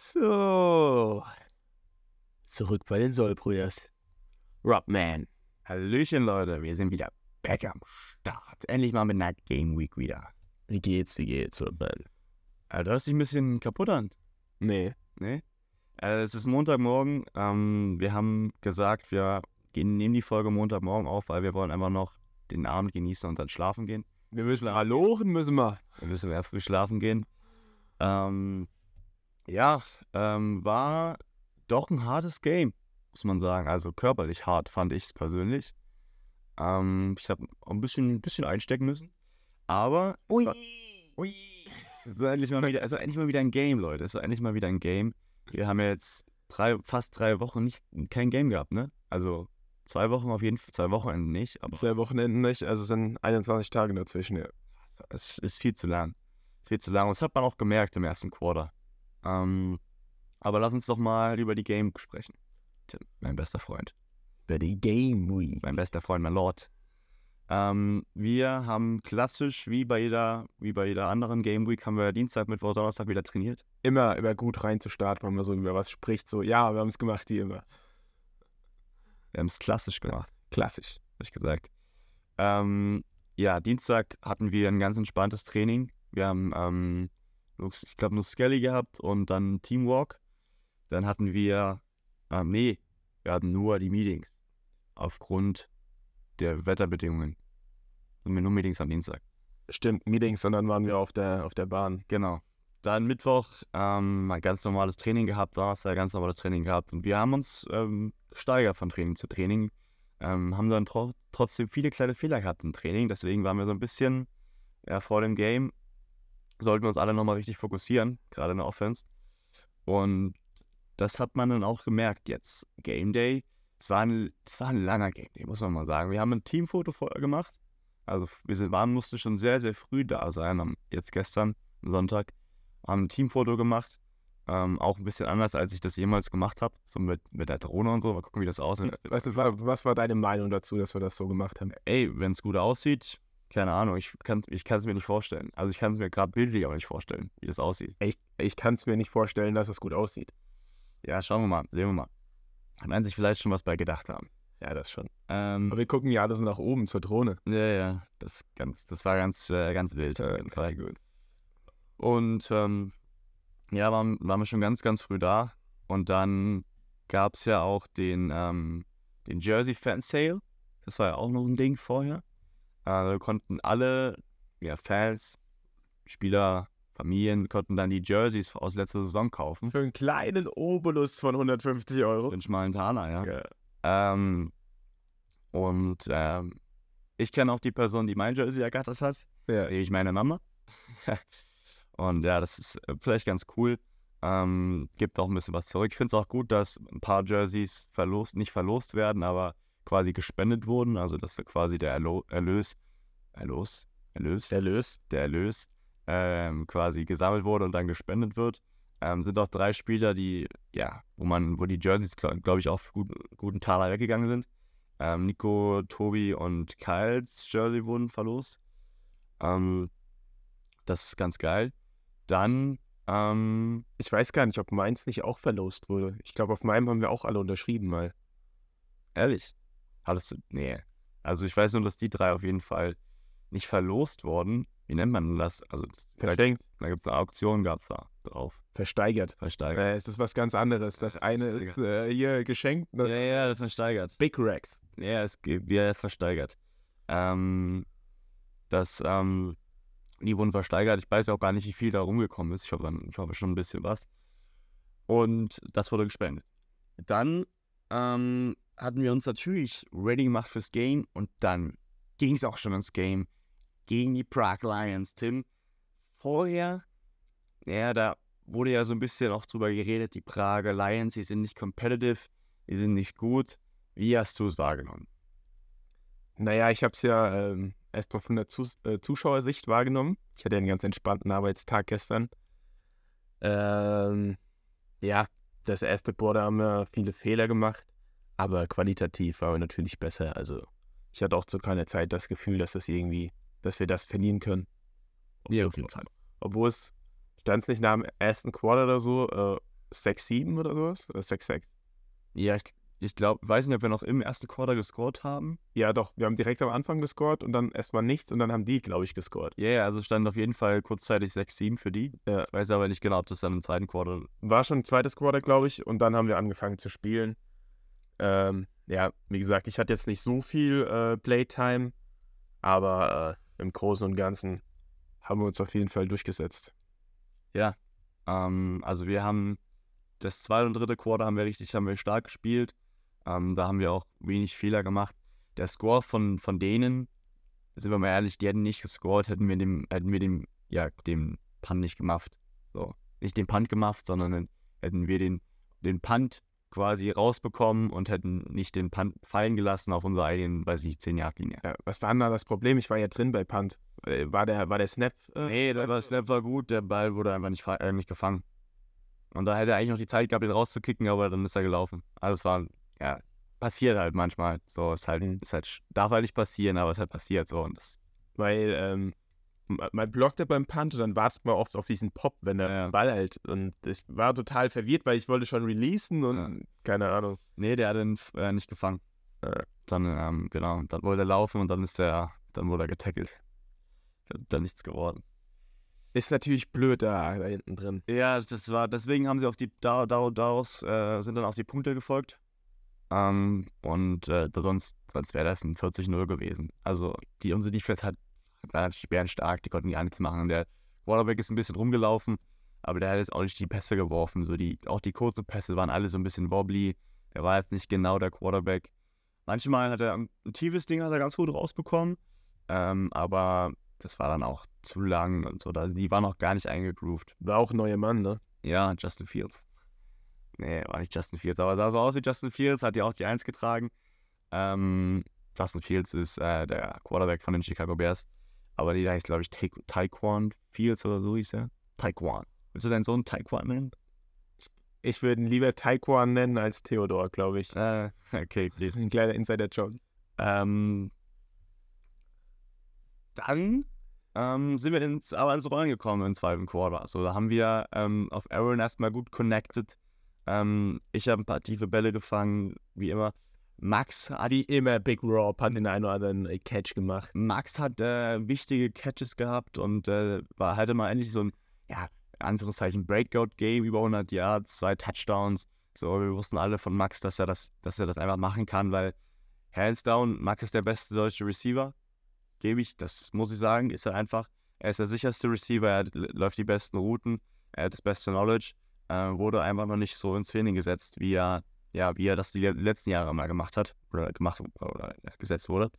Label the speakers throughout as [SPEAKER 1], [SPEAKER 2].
[SPEAKER 1] So. Zurück bei den Soul-Brüders. Robman.
[SPEAKER 2] Hallöchen, Leute, wir sind wieder back am Start. Endlich mal mit einer Game Week wieder.
[SPEAKER 1] Wie geht's, wie geht's, Robman?
[SPEAKER 2] Äh, du hörst dich ein bisschen kaputt an.
[SPEAKER 1] Nee.
[SPEAKER 2] Ne? Äh, es ist Montagmorgen. Ähm, wir haben gesagt, wir gehen, nehmen die Folge Montagmorgen auf, weil wir wollen einfach noch den Abend genießen und dann schlafen gehen.
[SPEAKER 1] Wir müssen Hallochen, müssen wir.
[SPEAKER 2] Dann müssen wir ja früh schlafen gehen. Ähm, ja, ähm, war doch ein hartes Game, muss man sagen. Also körperlich hart fand ich es persönlich. Ähm, ich habe ein bisschen, ein bisschen einstecken müssen. Aber es war- Ui. Es ist endlich mal wieder, es ist endlich mal wieder ein Game, Leute. Es ist endlich mal wieder ein Game. Wir haben ja jetzt drei, fast drei Wochen nicht, kein Game gehabt, ne? Also zwei Wochen auf jeden Fall, zwei Wochenenden nicht, aber
[SPEAKER 3] Zwei Wochenenden nicht, also sind 21 Tage dazwischen. Ja.
[SPEAKER 2] es ist viel zu lang. Es ist viel zu lang. Und das hat man auch gemerkt im ersten Quarter. Ähm, aber lass uns doch mal über die Game sprechen. Tim, mein bester Freund.
[SPEAKER 1] Bei die Game Week.
[SPEAKER 2] Mein bester Freund, mein Lord. Ähm, wir haben klassisch, wie bei jeder, wie bei jeder anderen Game Week, haben wir Dienstag, Mittwoch, Donnerstag wieder trainiert.
[SPEAKER 3] Immer, Ah, immer gut reinzustarten, wenn man so über was spricht. So, ja, wir haben es gemacht, die immer.
[SPEAKER 2] Wir haben es klassisch gemacht.
[SPEAKER 3] Klassisch.
[SPEAKER 2] ehrlich gesagt. Ähm, ja, Dienstag hatten wir ein ganz entspanntes Training. Wir haben, ähm, nur- ich glaube, nur Skelly gehabt und dann Teamwalk. Dann hatten wir, ähm, nee, wir hatten nur die Meetings. Aufgrund der Wetterbedingungen. Und wir nur Meetings am Dienstag.
[SPEAKER 3] Stimmt, Meetings und dann waren wir auf der, auf der Bahn.
[SPEAKER 2] Genau. Dann Mittwoch ähm, ein ganz normales Training gehabt, Donnerstag ganz normales Training gehabt. Und wir haben uns ähm, gesteigert von Training zu Training. Ähm, haben dann tro trotzdem viele kleine Fehler gehabt im Training. Deswegen waren wir so ein bisschen ja, vor dem Game. Sollten wir uns alle nochmal richtig fokussieren, gerade in der Offense. Und das hat man dann auch gemerkt jetzt. Game Day. Es war ein, es war ein langer Game Day, muss man mal sagen. Wir haben ein Teamfoto vorher gemacht. Also wir sind, waren, mussten schon sehr, sehr früh da sein, am, jetzt gestern am Sonntag, haben ein Teamfoto gemacht. Ähm, auch ein bisschen anders, als ich das jemals gemacht habe. So mit, mit der Drohne und so. Mal gucken, wie das aussieht.
[SPEAKER 3] Was, war- was war deine Meinung dazu, dass wir das so gemacht haben?
[SPEAKER 2] Ey, wenn es gut aussieht, keine Ahnung. Ich kann es ich kann's mir nicht vorstellen. Also ich kann es mir gerade bildlich auch nicht vorstellen, wie das aussieht.
[SPEAKER 3] Ich, ich kann es mir nicht vorstellen, dass es gut aussieht.
[SPEAKER 2] Ja, schauen wir mal. Sehen wir mal. Kann man sich vielleicht schon was bei gedacht haben.
[SPEAKER 3] Ja, das schon.
[SPEAKER 2] Ähm,
[SPEAKER 3] Aber wir gucken ja alles nach oben zur Drohne.
[SPEAKER 2] ja, ja. Das, ganz, das war ganz, äh, ganz wild. auf jeden Fall.
[SPEAKER 3] gut.
[SPEAKER 2] Und ähm, ja, waren, waren wir schon ganz, ganz früh da. Und dann gab es ja auch den, ähm, den Jersey Fan Sale. Das war ja auch noch ein Ding vorher. Äh, da konnten alle ja, Fans, Spieler, Familien, konnten dann die Jerseys aus letzter Saison kaufen.
[SPEAKER 3] Für einen kleinen Obolus von 150 Euro.
[SPEAKER 2] Für mal einen Taler, ja.
[SPEAKER 3] Ja.
[SPEAKER 2] Ähm, und ähm, ich kenne auch die Person, die mein Jersey ergattert hat.
[SPEAKER 3] Ja.
[SPEAKER 2] Nämlich meine Mama. und ja, das ist äh, vielleicht ganz cool. Ähm, gibt auch ein bisschen was zurück. Ich finde es auch gut, dass ein paar Jerseys verlost, nicht verlost werden, aber quasi gespendet wurden. Also, dass da quasi der Erlo Erlös, Erlös, Erlös,
[SPEAKER 1] Erlös.
[SPEAKER 2] der Erlös ähm, quasi gesammelt wurde und dann gespendet wird. Ähm, sind auch drei Spieler, die, ja, wo man, wo die Jerseys, glaube glaub ich, auch für guten, guten Taler weggegangen sind. Ähm, Nico, Tobi und Kyles Jersey wurden verlost. Ähm, das ist ganz geil. Dann, ähm,
[SPEAKER 3] Ich weiß gar nicht, ob meins nicht auch verlost wurde. Ich glaube, auf meinem haben wir auch alle unterschrieben mal.
[SPEAKER 2] ehrlich, hattest du, nee. Also ich weiß nur, dass die drei auf jeden Fall nicht verlost wurden. Wie nennt man denn das? Also das, da, da
[SPEAKER 3] Verschenkt.
[SPEAKER 2] gibt es eine Auktion, gab es da drauf.
[SPEAKER 3] Versteigert.
[SPEAKER 2] Versteigert.
[SPEAKER 3] Äh, es ist was ganz anderes. Das eine ist äh, hier geschenkt. Das
[SPEAKER 2] Ja, ja, das ist versteigert.
[SPEAKER 3] Big Rex.
[SPEAKER 2] Ja, es gibt, ja, versteigert. Ähm, das, ähm, die wurden versteigert. Ich weiß auch gar nicht, wie viel da rumgekommen ist. Ich hoffe, ich hoffe schon ein bisschen was. Und das wurde gespendet. Dann ähm, hatten wir uns natürlich ready gemacht fürs Game und dann ging es auch schon ins Game gegen die Prague Lions. Tim, vorher, ja, da wurde ja so ein bisschen auch drüber geredet, die Prager Lions, die sind nicht competitive, die sind nicht gut. Wie hast du es wahrgenommen?
[SPEAKER 3] Naja, ich habe es ja ähm, erstmal von der Zus äh, Zuschauersicht wahrgenommen. Ich hatte ja einen ganz entspannten Arbeitstag gestern. Ähm, ja, das erste Border haben wir viele Fehler gemacht, aber qualitativ waren wir natürlich besser. Also ich hatte auch zu keiner Zeit das Gefühl, dass das irgendwie, dass wir das verlieren können.
[SPEAKER 2] Ja, auf jeden Fall.
[SPEAKER 3] obwohl es stand es nicht nach dem ersten Quarter oder so, äh, 6-7 oder sowas? Äh, Oder 6-6?
[SPEAKER 2] Ja, ich, ich glaube, weiß nicht, ob wir noch im ersten Quarter gescored haben.
[SPEAKER 3] Ja, doch, wir haben direkt am Anfang gescored und dann erstmal nichts und dann haben die, glaube ich, gescored.
[SPEAKER 2] Ja, ja, also stand auf jeden Fall kurzzeitig 6-7 für die.
[SPEAKER 3] Ja.
[SPEAKER 2] Ich weiß aber nicht genau, ob das dann im zweiten Quarter.
[SPEAKER 3] War schon zweites Quarter, glaube ich, und dann haben wir angefangen zu spielen. Ähm, ja, wie gesagt, ich hatte jetzt nicht so viel äh, Playtime, aber äh, im Großen und Ganzen haben wir uns auf jeden Fall durchgesetzt.
[SPEAKER 2] Ähm, also wir haben das zweite und dritte Quarter haben wir richtig, haben wir stark gespielt. Ähm, da haben wir auch wenig Fehler gemacht. Der Score von, von denen, sind wir mal ehrlich, die hätten nicht gescored, hätten wir dem, hätten wir dem, ja, dem Punt nicht gemacht. So. Nicht den Punt gemacht, sondern dann hätten wir den, den Punt quasi rausbekommen und hätten nicht den Punt fallen gelassen auf unserer eigenen, weiß ich nicht, 10-Yard-Linie.
[SPEAKER 3] Ja, was war denn da das Problem? Ich war ja drin bei Punt. Äh, War der, war der Snap? Äh,
[SPEAKER 2] Nee, der war, Snap war gut, der Ball wurde einfach nicht, fa- äh, nicht gefangen. Und da hätte er eigentlich noch die Zeit gehabt, den rauszukicken, aber dann ist er gelaufen. Also es war, ja, passiert halt manchmal. So, ist halt, ist halt, sch- darf halt nicht passieren, aber es halt passiert so. Und das,
[SPEAKER 3] Weil ähm, ma- man blockt ja beim Punt und dann wartet man oft auf diesen Pop, wenn der
[SPEAKER 2] Ja.
[SPEAKER 3] Ball halt. Und ich war total verwirrt, weil ich wollte schon releasen und
[SPEAKER 2] Ja.
[SPEAKER 3] keine Ahnung.
[SPEAKER 2] nee, der hat ihn f- äh, nicht gefangen.
[SPEAKER 3] Ja.
[SPEAKER 2] Dann, ähm, genau, dann wollte er laufen und dann ist der, dann wurde er getackelt. Dann nichts geworden.
[SPEAKER 3] Ist natürlich blöd da, da hinten drin.
[SPEAKER 2] Ja, das war, deswegen haben sie auf die, da, da, daraus äh, sind dann auch die Punkte gefolgt. Ähm, und äh, sonst, sonst wäre das ein 40-0 gewesen. Also die, unsere Defense hat, war natürlich bärenstark, die konnten gar nichts machen. Der Quarterback ist ein bisschen rumgelaufen, aber der hat jetzt auch nicht die Pässe geworfen. So die, auch die kurzen Pässe waren alle so ein bisschen wobbly. Der war jetzt nicht genau der Quarterback. Manchmal hat er ein ein tiefes Ding hat er ganz gut rausbekommen, ähm, aber das war dann auch zu lang und so. Also die waren auch gar nicht eingegroovt.
[SPEAKER 3] War auch ein neuer Mann, ne?
[SPEAKER 2] Ja, Justin Fields. Nee, war nicht Justin Fields, aber sah so aus wie Justin Fields, hat ja auch die Eins getragen. Ähm, Justin Fields ist äh, der Quarterback von den Chicago Bears. Aber die heißt, glaube ich, Ta Taekwon Fields oder so hieß er. Taekwon. Willst du deinen Sohn Taekwon nennen?
[SPEAKER 3] Ich würde ihn lieber Taekwon nennen als Theodor, glaube ich.
[SPEAKER 2] Äh, okay, geht.
[SPEAKER 3] Ein kleiner Insider-Job.
[SPEAKER 2] Ähm, dann ähm, sind wir ins, aber ins Rollen gekommen im zweiten Quarter. So, da haben wir ähm, auf Aaron erstmal gut connected. Ähm, ich habe ein paar tiefe Bälle gefangen, wie immer. Max hat,
[SPEAKER 3] Wie immer, Big Rob hat den einen oder anderen äh, Catch gemacht.
[SPEAKER 2] Max hat äh, wichtige Catches gehabt und äh, war, hatte mal endlich so ein, ja, in Anführungszeichen, Breakout-Game, über 100 Yards, zwei Touchdowns. So, wir wussten alle von Max, dass er das, dass er das einfach machen kann, weil hands down, Max ist der beste deutsche Receiver. Gebe ich, das muss ich sagen, ist er einfach. Er ist der sicherste Receiver, er l- läuft die besten Routen, er hat das beste Knowledge, äh, wurde einfach noch nicht so ins Training gesetzt, wie er, ja, wie er das die le- letzten Jahre mal gemacht hat, oder gemacht oder ja, gesetzt wurde.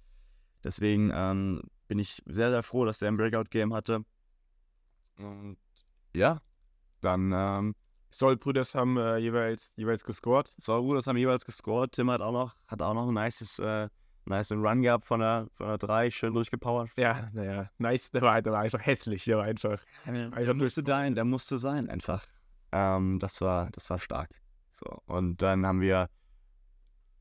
[SPEAKER 2] Deswegen ähm, bin ich sehr, sehr froh, dass der ein Breakout-Game hatte. Und ja, dann ähm,
[SPEAKER 3] Soul Brüders haben äh, jeweils, jeweils gescored.
[SPEAKER 2] Saul Ruders haben jeweils gescored. Tim hat auch noch, hat auch noch ein nices, äh, nice Run gehabt von der, von der 3, schön durchgepowert.
[SPEAKER 3] Ja, naja, nice, der war, der war einfach hässlich, der war einfach.
[SPEAKER 2] Der musste sein, der musste sein, einfach. Ähm, das war, das war stark. So, und dann haben wir,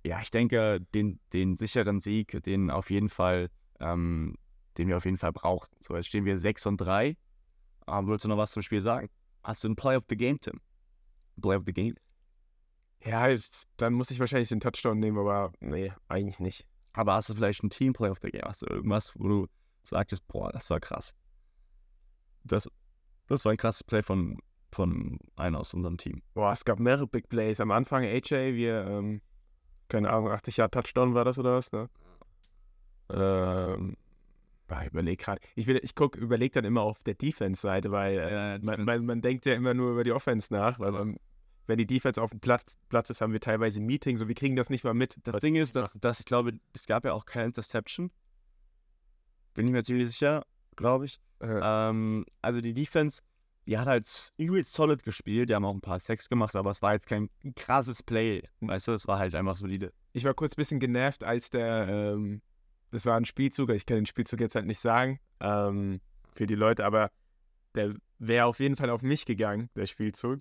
[SPEAKER 2] ja, ich denke, den, den sicheren Sieg, den auf jeden Fall, ähm, den wir auf jeden Fall brauchten. So, jetzt stehen wir 6 und 3. Ähm, willst du noch was zum Spiel sagen? Hast du ein Play of the Game, Tim? Play of the Game?
[SPEAKER 3] Ja, ich, dann muss ich wahrscheinlich den Touchdown nehmen, aber nee, eigentlich nicht.
[SPEAKER 2] Aber hast du vielleicht ein Team Play of the Game? Hast du irgendwas, wo du sagtest, boah, das war krass. Das, das war ein krasses Play von, von einer aus unserem Team.
[SPEAKER 3] Boah, es gab mehrere Big Plays. Am Anfang AJ, wir, ähm, keine Ahnung, 80 Jahre Touchdown war das oder was, ne? Ähm, boah, ich überleg gerade. Ich, will- ich guck, überleg dann immer auf der Defense-Seite, weil äh,
[SPEAKER 2] Äh,
[SPEAKER 3] man, man, man denkt ja immer nur über die Offense nach, weil man, wenn die Defense auf dem Platz, Platz ist, haben wir teilweise Meetings und wir kriegen das nicht mal mit.
[SPEAKER 2] Das Ding ist, dass, dass ich glaube, es gab ja auch keine Interception. Bin ich mir ziemlich sicher, glaube ich.
[SPEAKER 3] äh,
[SPEAKER 2] Ähm, also die Defense, die hat halt übelst solid gespielt. Die haben auch ein paar Sex gemacht, aber es war jetzt kein krasses Play. Weißt du, es war halt einfach solide.
[SPEAKER 3] ich war kurz ein bisschen genervt, als der, ähm, das war ein Spielzug, ich kann den Spielzug jetzt halt nicht sagen, ähm, für die Leute, aber der wäre auf jeden Fall auf mich gegangen, der Spielzug.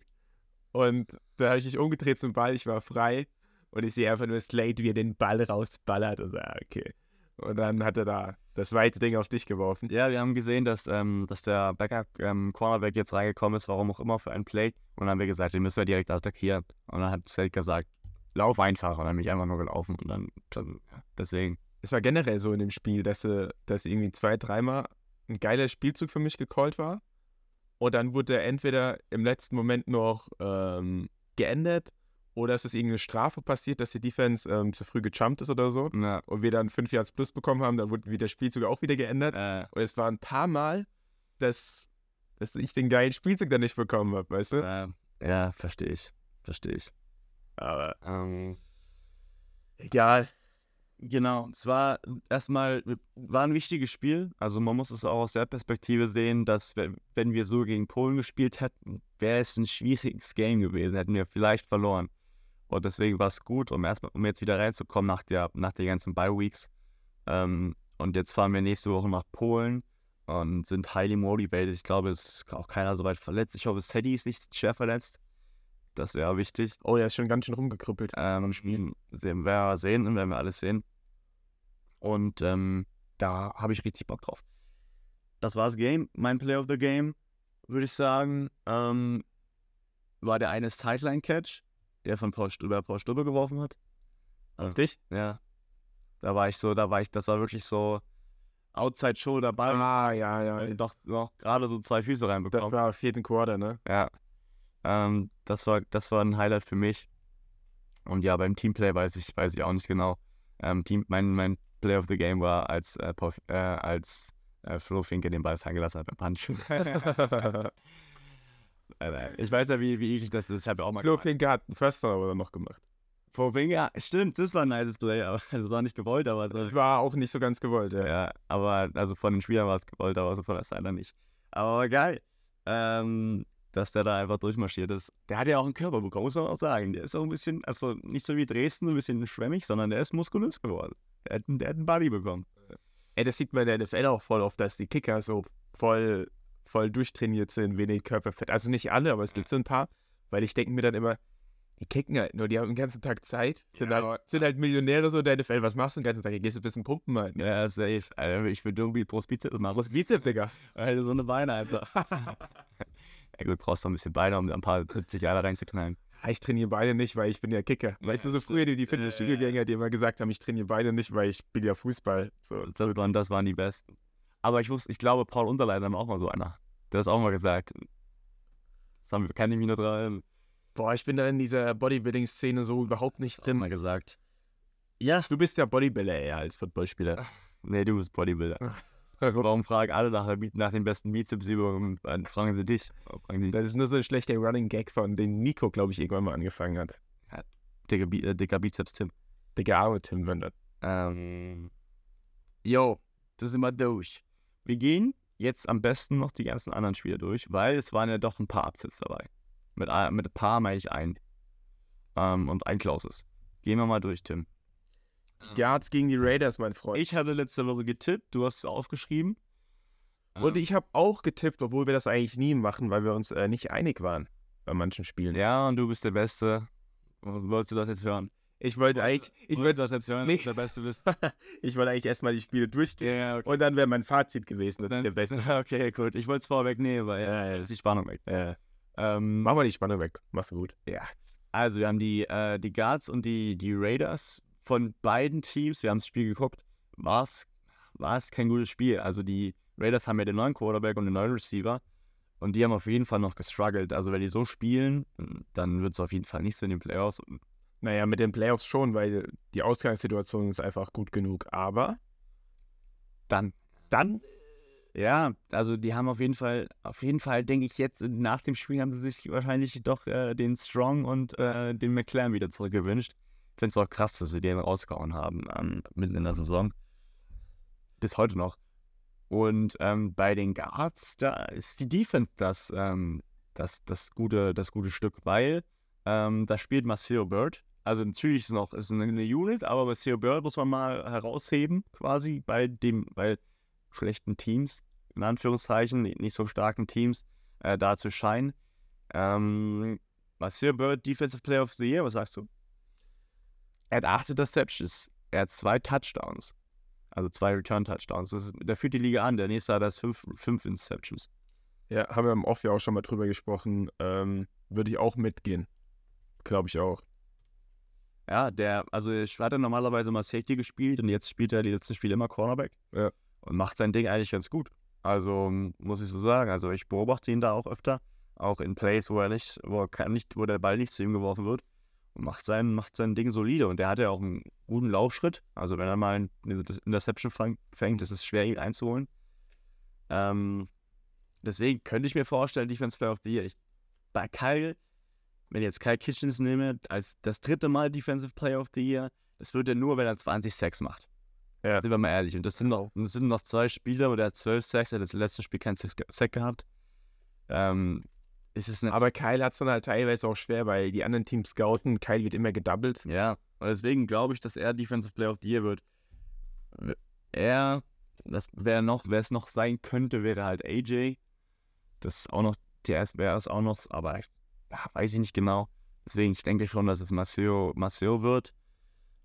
[SPEAKER 3] Und da habe ich mich umgedreht zum Ball, ich war frei und ich sehe einfach nur Slade, wie er den Ball rausballert und sage, okay. Und dann hat er da das weite Ding auf dich geworfen.
[SPEAKER 2] Ja, wir haben gesehen, dass, ähm, dass der Backup-Cornerback jetzt reingekommen ist, warum auch immer, für einen Play. Und dann haben wir gesagt, den müssen wir direkt attackieren. Und dann hat Zelt gesagt, lauf einfach. Und dann bin ich einfach nur gelaufen. Und dann, dann ja, deswegen.
[SPEAKER 3] Es war generell so in dem Spiel, dass, äh, dass irgendwie zwei, dreimal ein geiler Spielzug für mich gecallt war. Und dann wurde er entweder im letzten Moment noch ähm, geändert oder es ist irgendeine Strafe passiert, dass die Defense ähm, zu früh gejumpt ist oder so.
[SPEAKER 2] Ja,
[SPEAKER 3] Und wir dann fünf Yards plus bekommen haben, dann wurde wieder der Spielzug auch wieder geändert.
[SPEAKER 2] äh,
[SPEAKER 3] Und es war ein paar Mal, dass, dass ich den geilen Spielzug dann nicht bekommen habe, weißt du?
[SPEAKER 2] äh, ja verstehe ich. Verstehe ich.
[SPEAKER 3] Aber
[SPEAKER 2] Ähm,
[SPEAKER 3] egal.
[SPEAKER 2] Genau, es war erstmal, war ein wichtiges Spiel. Also man muss es auch aus der Perspektive sehen, dass we- wenn wir so gegen Polen gespielt hätten, wäre es ein schwieriges Game gewesen, hätten wir vielleicht verloren. Und deswegen war es gut, um erstmal, um jetzt wieder reinzukommen nach der, nach den ganzen Bye-Weeks. Ähm, und jetzt fahren wir nächste Woche nach Polen und sind highly motivated. Ich glaube, es ist auch keiner so weit verletzt. Ich hoffe, Teddy ist nicht schwer verletzt. Das wäre wichtig.
[SPEAKER 3] Oh, der ist schon ganz schön rumgekrüppelt.
[SPEAKER 2] Ähm, spielen sehen, werden wir sehen und werden wir alles sehen. Und ähm, da habe ich richtig Bock drauf. Das war das Game, mein Play of the Game, würde ich sagen. Ähm, war der eine Sideline-Catch, der von Paul Stüber Paul Stüber geworfen hat. Äh,
[SPEAKER 3] Auf dich?
[SPEAKER 2] Ja. Da war ich so, da war ich, das war wirklich so Outside-Show dabei.
[SPEAKER 3] Ah, ja, ja.
[SPEAKER 2] Äh, Doch, doch gerade so zwei Füße
[SPEAKER 3] Das
[SPEAKER 2] reinbekommen.
[SPEAKER 3] war im vierten Quarter, ne?
[SPEAKER 2] Ja. Ähm, das war, das war ein Highlight für mich. Und ja, beim Teamplay weiß ich, weiß ich auch nicht genau. Ähm, Team, mein, mein Play of the Game war, als, äh, Paul- äh, als äh, Flo Finke den Ball fallen gelassen hat beim Punch. Äh, ich weiß ja, wie, wie eklig das ist. Ich habe ja auch mal
[SPEAKER 3] Flo
[SPEAKER 2] gemacht.
[SPEAKER 3] Finke hat einen First Down aber noch gemacht.
[SPEAKER 2] Flo Finke, ja, stimmt, das war ein nices Play. Aber das war nicht gewollt, aber das
[SPEAKER 3] Das war auch nicht so ganz gewollt, ja.
[SPEAKER 2] Ja, aber also von den Spielern war es gewollt, aber so von der Sideline nicht. Aber geil, ähm, dass der da einfach durchmarschiert ist. Der hat ja auch einen Körper bekommen, muss man auch sagen. Der ist auch ein bisschen, also nicht so wie Dresden, ein bisschen schwämmig, sondern der ist muskulös geworden. Der hat, einen- der hat einen Buddy bekommen.
[SPEAKER 3] Ey, das sieht man in der NFL auch voll oft, dass die Kicker so voll, voll durchtrainiert sind, wenig Körperfett. Also nicht alle, aber es gibt so ein paar, weil ich denke mir dann immer, die kicken halt nur, die haben den ganzen Tag Zeit, sind,
[SPEAKER 2] Ja, aber-
[SPEAKER 3] halt, sind halt Millionäre so in der NFL. Was machst du den ganzen Tag? Gehst du ein bisschen pumpen halt. Ne?
[SPEAKER 2] Ja, safe. Also ich würde irgendwie Prospitis machen.
[SPEAKER 3] Groß Bizep, Digga.
[SPEAKER 2] Alter, so eine Beine einfach. ja gut, brauchst du ein bisschen Beine, um ein paar 70 Jahre reinzuknallen.
[SPEAKER 3] Ah, Ich trainiere beide nicht, weil ich bin ja Kicker. Weißt du, so früher die, die Fitnessstudiogänger, die immer gesagt haben, ich trainiere beide nicht, weil ich spiele ja Fußball. So.
[SPEAKER 2] Das waren, das waren die besten. Aber ich wusste, ich glaube, Paul Unterleiter war auch mal so einer. Der hat auch mal gesagt. Das haben wir, kann ich mich nur dran
[SPEAKER 3] Boah, ich bin da in dieser Bodybuilding-Szene so überhaupt nicht
[SPEAKER 2] erinnern.
[SPEAKER 3] drin.
[SPEAKER 2] mal gesagt. Ja.
[SPEAKER 3] Du bist ja Bodybuilder eher als Footballspieler.
[SPEAKER 2] Nee, du bist Bodybuilder. Warum fragen alle nach, der Bi- nach den besten Bizepsübungen? Dann fragen sie dich. Warum Fragen sie dich.
[SPEAKER 3] Das ist nur so ein schlechter Running Gag, von dem Nico, glaube ich, irgendwann mal angefangen hat.
[SPEAKER 2] Dicker, Bi äh, dicker Bizeps, Tim.
[SPEAKER 3] Digga, arme Tim Wendert.
[SPEAKER 2] Ähm. Yo, das sind wir durch. Wir gehen jetzt am besten noch die ganzen anderen Spiele durch, weil es waren ja doch ein paar Absitz dabei. Mit, ein- mit ein paar meine ich ein. Ähm, und ein Klauses. Gehen wir mal durch, Tim. Hm.
[SPEAKER 3] Yards gegen die Raiders, mein Freund.
[SPEAKER 2] Ich hatte letzte Woche getippt, du hast es aufgeschrieben. Ah.
[SPEAKER 3] Und ich habe auch getippt, obwohl wir das eigentlich nie machen, weil wir uns äh, nicht einig waren bei manchen Spielen.
[SPEAKER 2] Ja, und du bist der Beste. Wolltest du das jetzt hören?
[SPEAKER 3] Ich wollte eigentlich, ich
[SPEAKER 2] Wolltest
[SPEAKER 3] wollte,
[SPEAKER 2] du das jetzt hören,
[SPEAKER 3] Nee.
[SPEAKER 2] dass du der Beste bist?
[SPEAKER 3] ich wollte eigentlich erstmal die Spiele durchgehen.
[SPEAKER 2] Ja, okay.
[SPEAKER 3] Und dann wäre mein Fazit gewesen, dass
[SPEAKER 2] Dann-
[SPEAKER 3] ich der Beste.
[SPEAKER 2] Okay, gut. Ich wollte es vorwegnehmen, weil
[SPEAKER 3] Ja, ja.
[SPEAKER 2] ja, ist die Spannung weg.
[SPEAKER 3] Äh,
[SPEAKER 2] Ähm,
[SPEAKER 3] mach mal die Spannung weg. Mach's gut.
[SPEAKER 2] Ja. Also, wir haben die, äh, die Guards und die, die Raiders von beiden Teams. Wir haben das Spiel geguckt. War es war es kein gutes Spiel. Also, die Raiders haben ja den neuen Quarterback und den neuen Receiver. Und die haben auf jeden Fall noch gestruggelt. Also, wenn die so spielen, dann wird es auf jeden Fall nichts in den Playoffs. Und
[SPEAKER 3] Naja, mit den Playoffs schon, weil die Ausgangssituation ist einfach gut genug. Aber
[SPEAKER 2] dann.
[SPEAKER 3] dann,
[SPEAKER 2] Ja, also die haben auf jeden Fall, auf jeden Fall denke ich jetzt nach dem Spiel haben sie sich wahrscheinlich doch äh, den Strong und äh, den McLaren wieder zurückgewünscht. Ich finde es auch krass, dass sie den rausgehauen haben ähm, mitten in der Saison. Bis heute noch. Und ähm, bei den Guards, da ist die Defense das, ähm, das, das, gute, das gute Stück, weil ähm, da spielt Maceo Bird. Also natürlich ist noch ist eine, eine Unit, aber Maceo Bird muss man mal herausheben, quasi bei dem, bei schlechten Teams, in Anführungszeichen, nicht so starken Teams, äh, da zu scheinen. Ähm, Maceo Bird, Defensive Player of the Year, was sagst du? Er hat acht Interceptions, er hat zwei Touchdowns. Also zwei Return-Touchdowns. Das ist- Da führt die Liga an. Der nächste hat das fünf, fünf Interceptions.
[SPEAKER 3] Ja, haben wir im Off ja auch schon mal drüber gesprochen. Ähm, würde ich auch mitgehen. Glaube ich auch.
[SPEAKER 2] Ja, der, also ich hat er normalerweise mal Safety gespielt und jetzt spielt er die letzten Spiele immer Cornerback.
[SPEAKER 3] Ja.
[SPEAKER 2] Und macht sein Ding eigentlich ganz gut. Also m, muss ich so sagen. Also ich beobachte ihn da auch öfter. Auch in Plays, wo er nicht, wo er kann nicht, wo der Ball nicht zu ihm geworfen wird. Und macht sein, macht sein Ding solide. Und der hat ja auch einen guten Laufschritt. Also wenn er mal eine Interception fang- fängt, ist es schwer, ihn einzuholen. Ähm, deswegen könnte ich mir vorstellen, Defense Player of the Year. Ich, bei Kyle wenn ich jetzt Kyle Kitchens nehme, als das dritte Mal Defensive Player of the Year, das wird er nur, wenn er 20 Sacks macht.
[SPEAKER 3] Ja.
[SPEAKER 2] Sind wir mal ehrlich. Und das sind noch, das sind noch zwei Spieler, und er hat 12 Sacks, er hat das letzte Spiel keinen Sack Sack gehabt. Ähm, es ist eine,
[SPEAKER 3] Aber Kyle hat es dann halt teilweise auch schwer, weil die anderen Teams scouten. Kyle wird immer gedoubled.
[SPEAKER 2] Ja, und deswegen glaube ich, dass er Defensive Player of the Year wird. Er, das wäre noch, wer es noch sein könnte, wäre halt AJ. Das ist auch noch, TS wäre es auch noch, aber ich, ja, weiß ich nicht genau. Deswegen, ich denke schon, dass es Maceo, Maceo wird.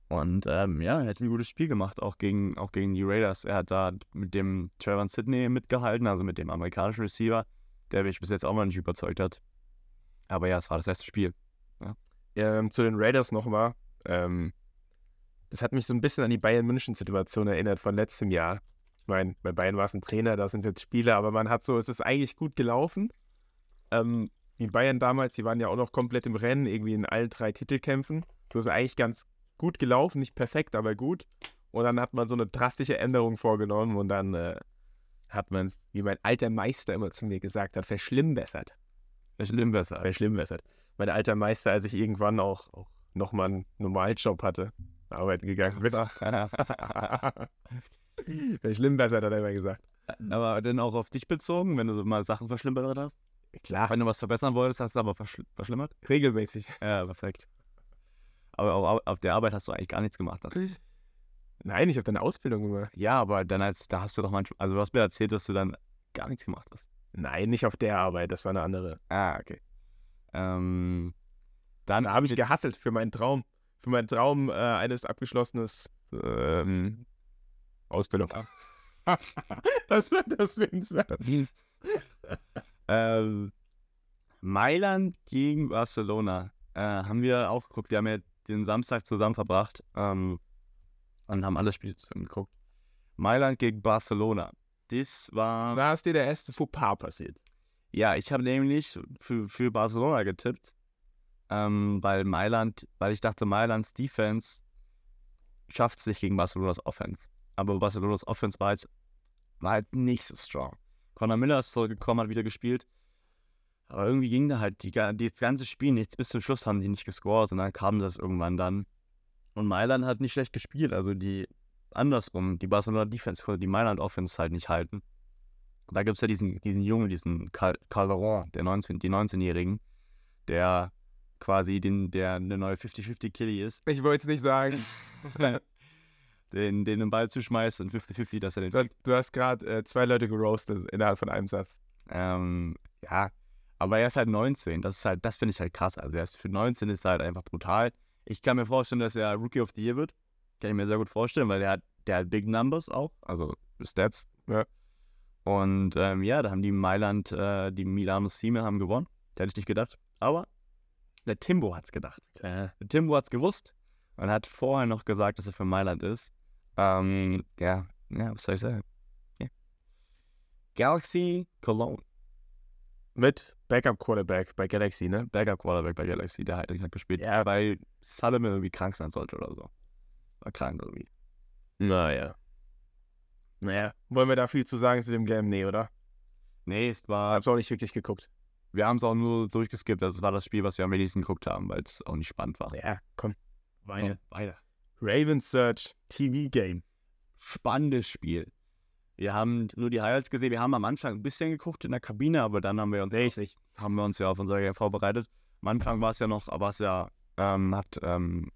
[SPEAKER 2] Und ähm, ja, er hat ein gutes Spiel gemacht, auch gegen, auch gegen die Raiders. Er hat da mit dem Trevor Sidney mitgehalten, also mit dem amerikanischen Receiver, der mich bis jetzt auch noch nicht überzeugt hat. Aber ja, es war das erste Spiel.
[SPEAKER 3] ähm, zu den Raiders nochmal. Ähm, das hat mich so ein bisschen an die Bayern-München-Situation erinnert von letztem Jahr. Ich meine, bei Bayern war es ein Trainer, da sind jetzt Spieler, aber man hat so, es ist eigentlich gut gelaufen. Ähm, die Bayern damals, die waren ja auch noch komplett im Rennen, irgendwie in allen drei Titelkämpfen. So ist eigentlich ganz gut gelaufen, nicht perfekt, aber gut. Und dann hat man so eine drastische Änderung vorgenommen und dann äh, hat man es, wie mein alter Meister immer zu mir gesagt hat, verschlimmbessert
[SPEAKER 2] Schlimm besser.
[SPEAKER 3] verschlimmbessert. Mein alter Meister, als ich irgendwann auch, auch nochmal einen Normaljob hatte, arbeiten gegangen bin. verschlimmbessert, hat er immer gesagt.
[SPEAKER 2] aber dann auch auf dich bezogen, wenn du so mal Sachen verschlimmert hast?
[SPEAKER 3] Klar,
[SPEAKER 2] Wenn du was verbessern wolltest, hast du aber verschl verschlimmert?
[SPEAKER 3] regelmäßig.
[SPEAKER 2] Ja, perfekt. Aber auf, auf der Arbeit hast du eigentlich gar nichts gemacht.
[SPEAKER 3] Nein, ich habe eine Ausbildung gemacht.
[SPEAKER 2] Ja, aber dann als, da hast du doch manchmal, also du hast mir erzählt, dass du dann gar nichts gemacht hast.
[SPEAKER 3] Nein, nicht auf der Arbeit, das war eine andere.
[SPEAKER 2] Ah, okay. Ähm, dann
[SPEAKER 3] Da habe ich gehasselt für meinen Traum. Für meinen Traum äh, eines abgeschlossenes ähm, Ausbildung. Was war das für ein Satz?
[SPEAKER 2] Ähm, Mailand gegen Barcelona äh, haben wir auch geguckt. Wir haben ja den Samstag zusammen verbracht ähm, und haben alle Spiele zusammen geguckt. Mailand gegen Barcelona. Das war.
[SPEAKER 3] Da ist dir der erste Fauxpas passiert.
[SPEAKER 2] Ja, ich habe nämlich für, für Barcelona getippt, ähm, weil Mailand, weil ich dachte, Mailands Defense schafft es nicht gegen Barcelonas Offense. Aber Barcelonas Offense war jetzt, war jetzt nicht so strong. Conor Miller ist zurückgekommen, hat wieder gespielt. Aber irgendwie ging da halt die, ga- das ganze Spiel nichts. Bis zum Schluss haben die nicht gescored und dann kam das irgendwann dann. Und Mailand hat nicht schlecht gespielt. Also die andersrum, die Barcelona Defense konnte die Mailand Offense halt nicht halten da gibt es ja diesen, diesen Jungen, diesen Cal- Calderon, der 19, die 19-Jährigen, der quasi den, der eine neue 50-50-Killy ist,
[SPEAKER 3] Ich wollte es nicht sagen.
[SPEAKER 2] den, den den Ball zuschmeißt und 50-50, dass er den
[SPEAKER 3] Du hast, du hast gerade äh, zwei Leute geroastet innerhalb von einem Satz.
[SPEAKER 2] Ähm, ja, aber er ist halt 19. Das ist halt, das finde ich halt krass. Also er ist für 19 ist er halt einfach brutal. Ich kann mir vorstellen, dass er Rookie of the Year wird. Kann ich mir sehr gut vorstellen, weil der hat, der hat Big Numbers auch, also Stats.
[SPEAKER 3] Ja.
[SPEAKER 2] Und ähm, ja, da haben die Mailand, äh, die Milano Siemens haben gewonnen. Da hätte ich nicht gedacht. Aber der Timbo hat's gedacht. Der Timbo hat's gewusst und hat vorher noch gesagt, dass er für Mailand ist. Ähm, ja, ja, was soll ich sagen? Ja. Galaxy Cologne.
[SPEAKER 3] Mit Backup-Quarterback bei Galaxy, ne?
[SPEAKER 2] Backup Quarterback bei Galaxy, der halt nicht hat gespielt,
[SPEAKER 3] Ja.
[SPEAKER 2] weil Solomon irgendwie krank sein sollte oder so. War krank irgendwie.
[SPEAKER 3] Naja. Naja. Wollen wir da viel zu sagen zu dem Game? Nee, oder?
[SPEAKER 2] Nee, es
[SPEAKER 3] Ich
[SPEAKER 2] war,
[SPEAKER 3] hab's auch nicht wirklich geguckt.
[SPEAKER 2] wir haben es auch nur durchgeskippt. Also es war das Spiel, was wir am wenigsten geguckt haben, weil es auch nicht spannend war.
[SPEAKER 3] Ja, komm. Weine.
[SPEAKER 2] So, weiter.
[SPEAKER 3] Raven Search TV-Game.
[SPEAKER 2] Spannendes Spiel. Wir haben nur die Highlights gesehen. Wir haben am Anfang ein bisschen geguckt in der Kabine, aber dann haben wir uns
[SPEAKER 3] Richtig.
[SPEAKER 2] haben wir uns ja auf unser Game vorbereitet. Am Anfang war es ja noch, aber es ja, ähm, hat, ähm,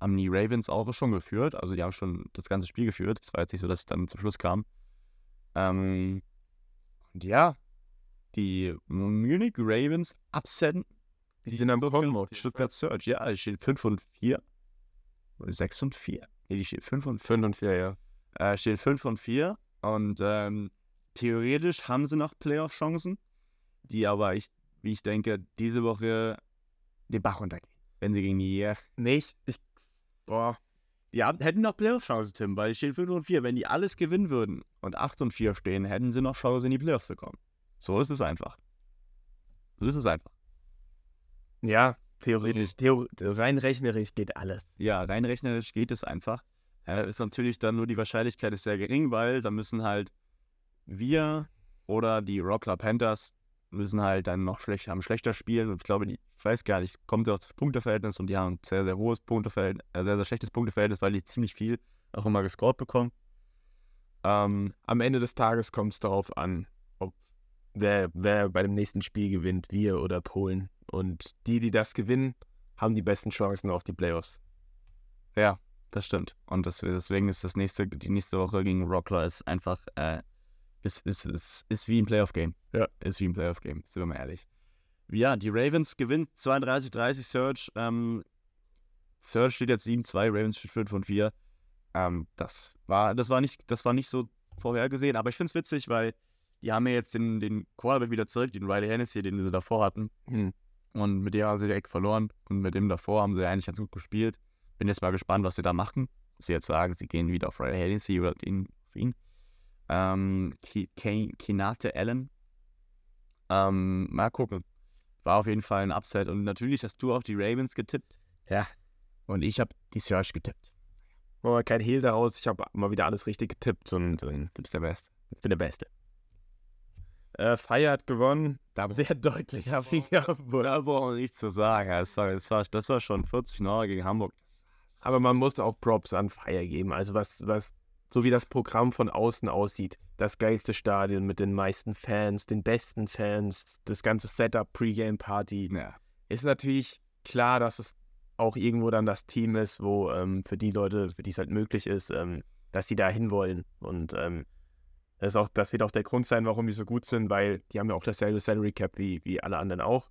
[SPEAKER 2] haben die Ravens auch schon geführt. Also die haben schon das ganze Spiel geführt. Es war jetzt nicht so, dass es dann zum Schluss kam. Ähm, und ja, die Munich Ravens upsetten.
[SPEAKER 3] Die sind am
[SPEAKER 2] Stuttgart-
[SPEAKER 3] Kommen auf jeden
[SPEAKER 2] Stuttgart Surge, ja, die stehen 5 und 4. 6 und 4. Nee, die stehen 5 und 4.
[SPEAKER 3] 5 und 4, ja.
[SPEAKER 2] Äh, steht 5 und 4 und ähm, theoretisch haben sie noch Playoff-Chancen, die aber, ich, wie ich denke, diese Woche den Bach runtergehen, wenn sie gegen die Jär
[SPEAKER 3] Nee, ich, ich boah,
[SPEAKER 2] die haben, hätten noch Playoff-Chancen, Tim, weil die stehen 5 und 4. Wenn die alles gewinnen würden und 8 und 4 stehen, hätten sie noch Chance, in die Playoffs zu kommen. So ist es einfach. So ist es einfach.
[SPEAKER 3] ja, theoretisch, theor rein rechnerisch geht alles.
[SPEAKER 2] Ja, rein rechnerisch geht es einfach. Äh, ist natürlich dann nur die Wahrscheinlichkeit ist sehr gering, weil da müssen halt wir oder die Rockler Panthers müssen halt dann noch schlecht, haben schlechter spielen. Und ich glaube, die, ich weiß gar nicht, es kommt auf das Punkteverhältnis und die haben ein sehr, sehr hohes Punkteverhältnis, äh, sehr, sehr schlechtes Punkteverhältnis, weil die ziemlich viel auch immer gescored bekommen. Ähm,
[SPEAKER 3] Am Ende des Tages kommt es darauf an, ob wer, wer bei dem nächsten Spiel gewinnt, wir oder Polen. Und die, die das gewinnen, haben die besten Chancen auf die Playoffs.
[SPEAKER 2] ja, das stimmt. Und das, deswegen ist das nächste, die nächste Woche gegen Rockler ist einfach, äh, ist, ist, ist, ist wie ein Playoff-Game.
[SPEAKER 3] Ja.
[SPEAKER 2] Ist wie ein Playoff-Game, sind wir mal ehrlich. Ja, die Ravens gewinnt 32-30 Surge. Ähm, Surge steht jetzt 7-2, Ravens steht 5 und 4. Ähm, das, war, das, war nicht, das war nicht so vorhergesehen, aber ich finde es witzig, weil die haben ja jetzt den, den Quarterback wieder zurück, den Riley Hennessy, den sie davor hatten.
[SPEAKER 3] Hm.
[SPEAKER 2] Und mit dem haben sie direkt verloren. Und mit dem davor haben sie eigentlich ganz gut gespielt. Bin jetzt mal gespannt, was sie da machen. Ob sie jetzt sagen, sie gehen wieder auf Riley Hennessy oder gehen auf ihn. Ähm, Ki- Ki- Kinate Allen. Ähm, mal gucken. War auf jeden Fall ein Upset. Und natürlich hast du auch die Ravens getippt.
[SPEAKER 3] Ja.
[SPEAKER 2] Und ich habe die Search getippt.
[SPEAKER 3] Machen wir kein Hehl daraus. Ich habe mal wieder alles richtig getippt und äh,
[SPEAKER 2] Du bist der Beste.
[SPEAKER 3] ich bin der Beste. Äh, Fire hat gewonnen.
[SPEAKER 2] Da-
[SPEAKER 3] Sehr deutlich.
[SPEAKER 2] Ja, ja, da brauchen wir nichts zu sagen. Ja, Das war, das war, das war schon 40 Nord gegen Hamburg.
[SPEAKER 3] Aber man muss auch Props an Fire geben. Also was, was, so wie das Programm von außen aussieht, das geilste Stadion mit den meisten Fans, den besten Fans, das ganze Setup, Pre-Game-Party.
[SPEAKER 2] Ja.
[SPEAKER 3] Ist natürlich klar, dass es auch irgendwo dann das Team ist, wo ähm, für die Leute, für die es halt möglich ist, ähm, dass die da hinwollen. Und ähm, das, ist auch, das wird auch der Grund sein, warum die so gut sind, weil die haben ja auch dasselbe Salary Cap wie, wie alle anderen auch.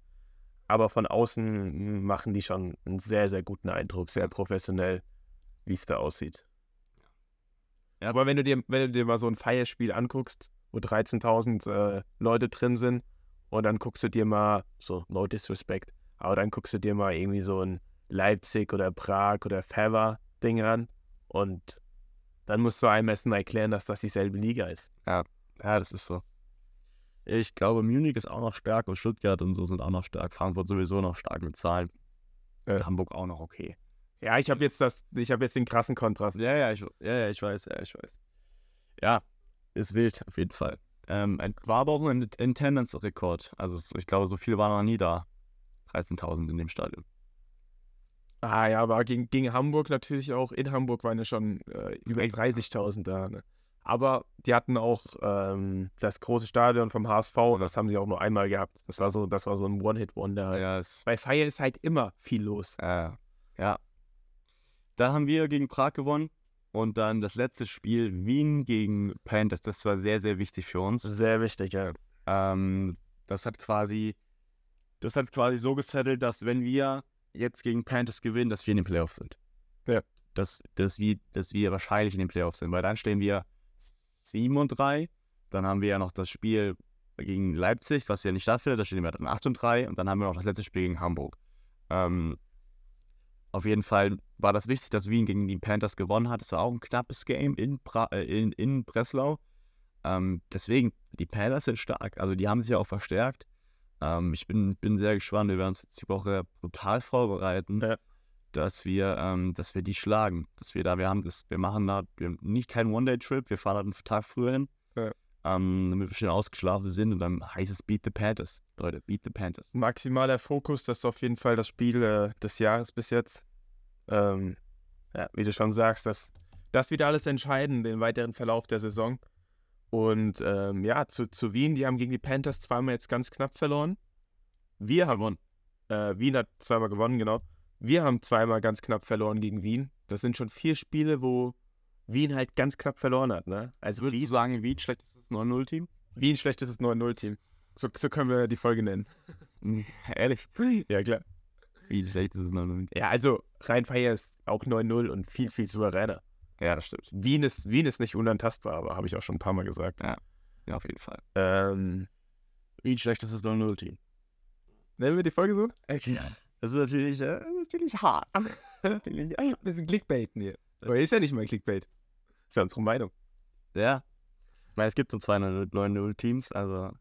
[SPEAKER 3] Aber von außen machen die schon einen sehr, sehr guten Eindruck, sehr professionell, wie es da aussieht.
[SPEAKER 2] Ja.
[SPEAKER 3] Aber wenn du dir, wenn du dir mal so ein Feierspiel anguckst, wo 13.000 äh, Leute drin sind, und dann guckst du dir mal, so, no disrespect, aber dann guckst du dir mal irgendwie so ein Leipzig oder Prag oder Fever-Ding an und dann musst du einem erstmal erklären, dass das dieselbe Liga ist.
[SPEAKER 2] ja, das ist so. Ich glaube, Munich ist auch noch stark und Stuttgart und so sind auch noch stark. Frankfurt sowieso noch stark mit Zahlen.
[SPEAKER 3] Ja.
[SPEAKER 2] Hamburg auch noch okay.
[SPEAKER 3] Ja, ich habe jetzt das, ich habe jetzt den krassen Kontrast.
[SPEAKER 2] Ja, ja, ich, ja, ja, ich weiß, ja, ich weiß. Ja, ist wild auf jeden Fall. Ähm, ein- war aber auch ein Attendance-Rekord. Also es- ich glaube, so viele waren noch nie da. 13.000 in dem Stadion.
[SPEAKER 3] Ah ja, aber gegen, gegen Hamburg natürlich auch. In Hamburg waren ja schon äh, über 30.000 da. Ne? Aber die hatten auch ähm, das große Stadion vom HSV und das haben sie auch nur einmal gehabt. Das war so, das war so ein One-Hit-Wonder.
[SPEAKER 2] Ja, ist
[SPEAKER 3] Bei Fire ist halt immer viel los.
[SPEAKER 2] Äh, ja. Da haben wir gegen Prag gewonnen. Und dann das letzte Spiel Wien gegen Panthers. Das war sehr, sehr wichtig für uns.
[SPEAKER 3] Sehr wichtig, ja.
[SPEAKER 2] Ähm, das hat quasi, das hat quasi so gesettelt, dass wenn wir jetzt gegen Panthers gewinnen, dass wir in den Playoffs sind.
[SPEAKER 3] Ja.
[SPEAKER 2] Dass, dass, wir, dass wir wahrscheinlich in den Playoffs sind. Weil dann stehen wir 7 und 3. Dann haben wir ja noch das Spiel gegen Leipzig, was ja nicht stattfindet. Da stehen wir dann 8 und 3. Und dann haben wir noch das letzte Spiel gegen Hamburg. Ähm, auf jeden Fall war das wichtig, dass Wien gegen die Panthers gewonnen hat. Es war auch ein knappes Game in, Bra äh, in, in Breslau. Ähm, deswegen, die Panthers sind stark. Also die haben sich ja auch verstärkt. Ähm, ich bin, bin sehr gespannt. Wir werden uns jetzt die Woche brutal vorbereiten,
[SPEAKER 3] Ja.
[SPEAKER 2] dass wir, ähm, dass wir die schlagen. Dass wir da, wir haben das, wir machen da wir haben nicht keinen One-Day-Trip, wir fahren da einen Tag früher hin.
[SPEAKER 3] Ja.
[SPEAKER 2] Ähm, damit wir schön ausgeschlafen sind und dann heißt es Beat the Panthers. Leute, Beat the Panthers.
[SPEAKER 3] maximaler Fokus, das ist auf jeden Fall das Spiel äh, des Jahres bis jetzt. Ähm, ja, wie du schon sagst, das, das wird alles entscheiden, den weiteren Verlauf der Saison. Und ähm, ja, zu, zu Wien, die haben gegen die Panthers zweimal jetzt ganz knapp verloren. Wir haben,
[SPEAKER 2] Gewonnen.
[SPEAKER 3] äh, Wien hat zweimal gewonnen, genau. Wir haben zweimal ganz knapp verloren gegen Wien. Das sind schon vier Spiele, wo Wien halt ganz knapp verloren hat. Ne? Also
[SPEAKER 2] Würdest du
[SPEAKER 3] Wien,
[SPEAKER 2] sagen, wie schlecht ist das 9-0-Team?
[SPEAKER 3] Wien schlechtes 9-0-Team. So, so können wir die Folge nennen.
[SPEAKER 2] Ehrlich?
[SPEAKER 3] Ja, klar.
[SPEAKER 2] Wie schlecht ist es 9-0?
[SPEAKER 3] Ja, also rein Fire ist auch 9-0 und viel, viel souveräner.
[SPEAKER 2] Ja, das stimmt.
[SPEAKER 3] Wien ist, Wien ist nicht unantastbar, aber habe ich auch schon ein paar Mal gesagt.
[SPEAKER 2] Ja, auf jeden Fall.
[SPEAKER 3] Ähm,
[SPEAKER 2] Wie schlecht ist das 0-0-Team?
[SPEAKER 3] nennen wir die Folge so?
[SPEAKER 2] Das ist natürlich, äh, natürlich hart. natürlich, äh,
[SPEAKER 3] bisschen Clickbaiten hier. Aber ist ja nicht mal Clickbait. Ist ja unsere Meinung.
[SPEAKER 2] ja. Ich meine, es gibt nur zwei 9-0-Teams, also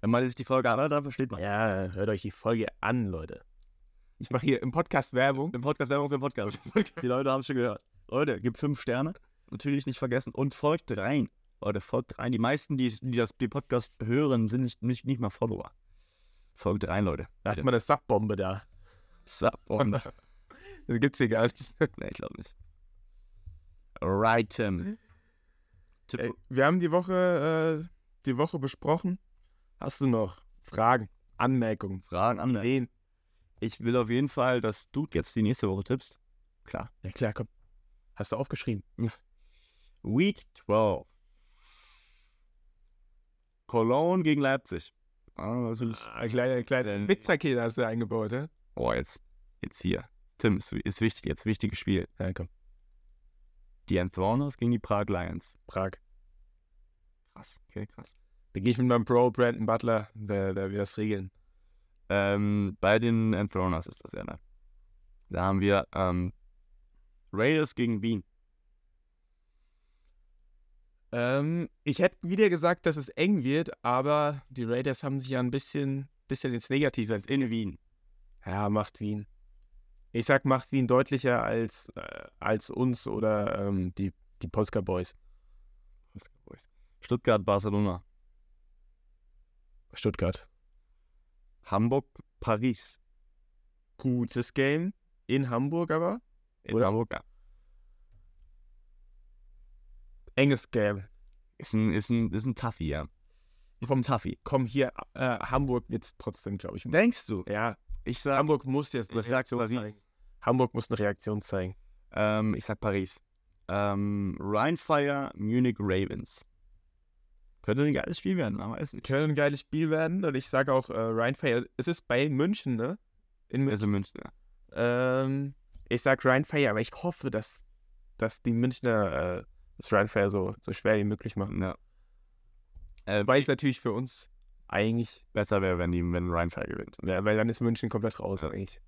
[SPEAKER 2] wenn man sich die Folge anhört, dann versteht man.
[SPEAKER 3] Ja, hört euch die Folge an, Leute. Ich mache hier im Podcast Werbung.
[SPEAKER 2] Im Podcast Werbung für den Podcast. Die Leute haben es schon gehört. Leute, gebt fünf Sterne. Natürlich nicht vergessen. Und folgt rein. Leute, folgt rein. Die meisten, die, die das die Podcast hören, sind nicht, nicht, nicht mal Follower. Folgt rein, Leute.
[SPEAKER 3] Da hat man eine Subbombe da.
[SPEAKER 2] Sub und.
[SPEAKER 3] Das gibt's hier gar nicht.
[SPEAKER 2] nee, ich glaube nicht. Right, Tim. Tipp,
[SPEAKER 3] Ey, wir haben die Woche, äh, die Woche besprochen. Hast du noch Fragen, Anmerkungen,
[SPEAKER 2] Fragen an. E.
[SPEAKER 3] Ideen?
[SPEAKER 2] Ich will auf jeden Fall, dass du jetzt die nächste Woche tippst. Klar.
[SPEAKER 3] Ja klar, komm. Hast du aufgeschrieben?
[SPEAKER 2] Week 12. Cologne gegen Leipzig. Ah, das ist-
[SPEAKER 3] Ah, kleine, kleine
[SPEAKER 2] Denn-
[SPEAKER 3] Witzrakete hast du eingebaut, ja?
[SPEAKER 2] Oh, jetzt, jetzt hier. Tim, ist, ist wichtig, jetzt wichtiges Spiel.
[SPEAKER 3] Ja, komm.
[SPEAKER 2] Die Enthorners gegen die Prague Lions.
[SPEAKER 3] Prag.
[SPEAKER 2] Krass, okay, krass.
[SPEAKER 3] Da gehe ich mit meinem Pro Brandon Butler, der, der wird das regeln.
[SPEAKER 2] Ähm, bei den Enthroners ist das ja, ne? Da haben wir ähm, Raiders gegen Wien.
[SPEAKER 3] Ähm, ich hätte wieder gesagt, dass es eng wird, aber die Raiders haben sich ja ein bisschen, bisschen ins Negative
[SPEAKER 2] Das ist in Wien.
[SPEAKER 3] Ja, macht Wien. Ich sag, macht Wien deutlicher als, äh, als uns oder ähm, die, die Polska Boys.
[SPEAKER 2] Stuttgart, Barcelona.
[SPEAKER 3] Stuttgart.
[SPEAKER 2] Hamburg, Paris.
[SPEAKER 3] Gutes Game. In Hamburg aber.
[SPEAKER 2] In
[SPEAKER 3] Oder?
[SPEAKER 2] Hamburg, ja.
[SPEAKER 3] Enges Game.
[SPEAKER 2] Ist ein, ist ein, ist ein Taffy, ja. Ist ein Taffy.
[SPEAKER 3] Komm hier, äh, Hamburg wird's trotzdem, glaube ich.
[SPEAKER 2] Denkst du?
[SPEAKER 3] Ja,
[SPEAKER 2] Ich sag,
[SPEAKER 3] Hamburg muss jetzt eine
[SPEAKER 2] ich sag
[SPEAKER 3] Reaktion zeigen.
[SPEAKER 2] Paris.
[SPEAKER 3] Hamburg muss eine Reaktion zeigen.
[SPEAKER 2] Ähm, ich sag Paris. Ähm, Rheinfire, Munich Ravens. Könnte ein geiles Spiel werden, aber ist nicht.
[SPEAKER 3] Können ein geiles Spiel werden und ich sage auch äh, Rheinfire. Es ist bei München, ne? In München.
[SPEAKER 2] Also München, ja.
[SPEAKER 3] Ähm, ich sag Rheinfire, aber ich hoffe, dass, dass die Münchner äh, das Rheinfire so, so schwer wie möglich machen.
[SPEAKER 2] ja. Äh,
[SPEAKER 3] Wobei es natürlich für uns eigentlich,
[SPEAKER 2] besser wäre, wenn, die- wenn Rheinfire gewinnt.
[SPEAKER 3] ja, weil dann ist München komplett raus
[SPEAKER 2] Ja.
[SPEAKER 3] eigentlich.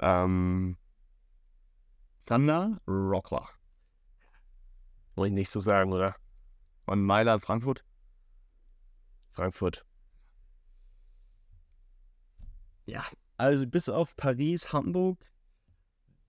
[SPEAKER 2] Ähm, Thunder, Rockler.
[SPEAKER 3] Muss ich nicht so sagen, oder?
[SPEAKER 2] Und Mailand, Frankfurt.
[SPEAKER 3] Frankfurt.
[SPEAKER 2] Also bis auf Paris, Hamburg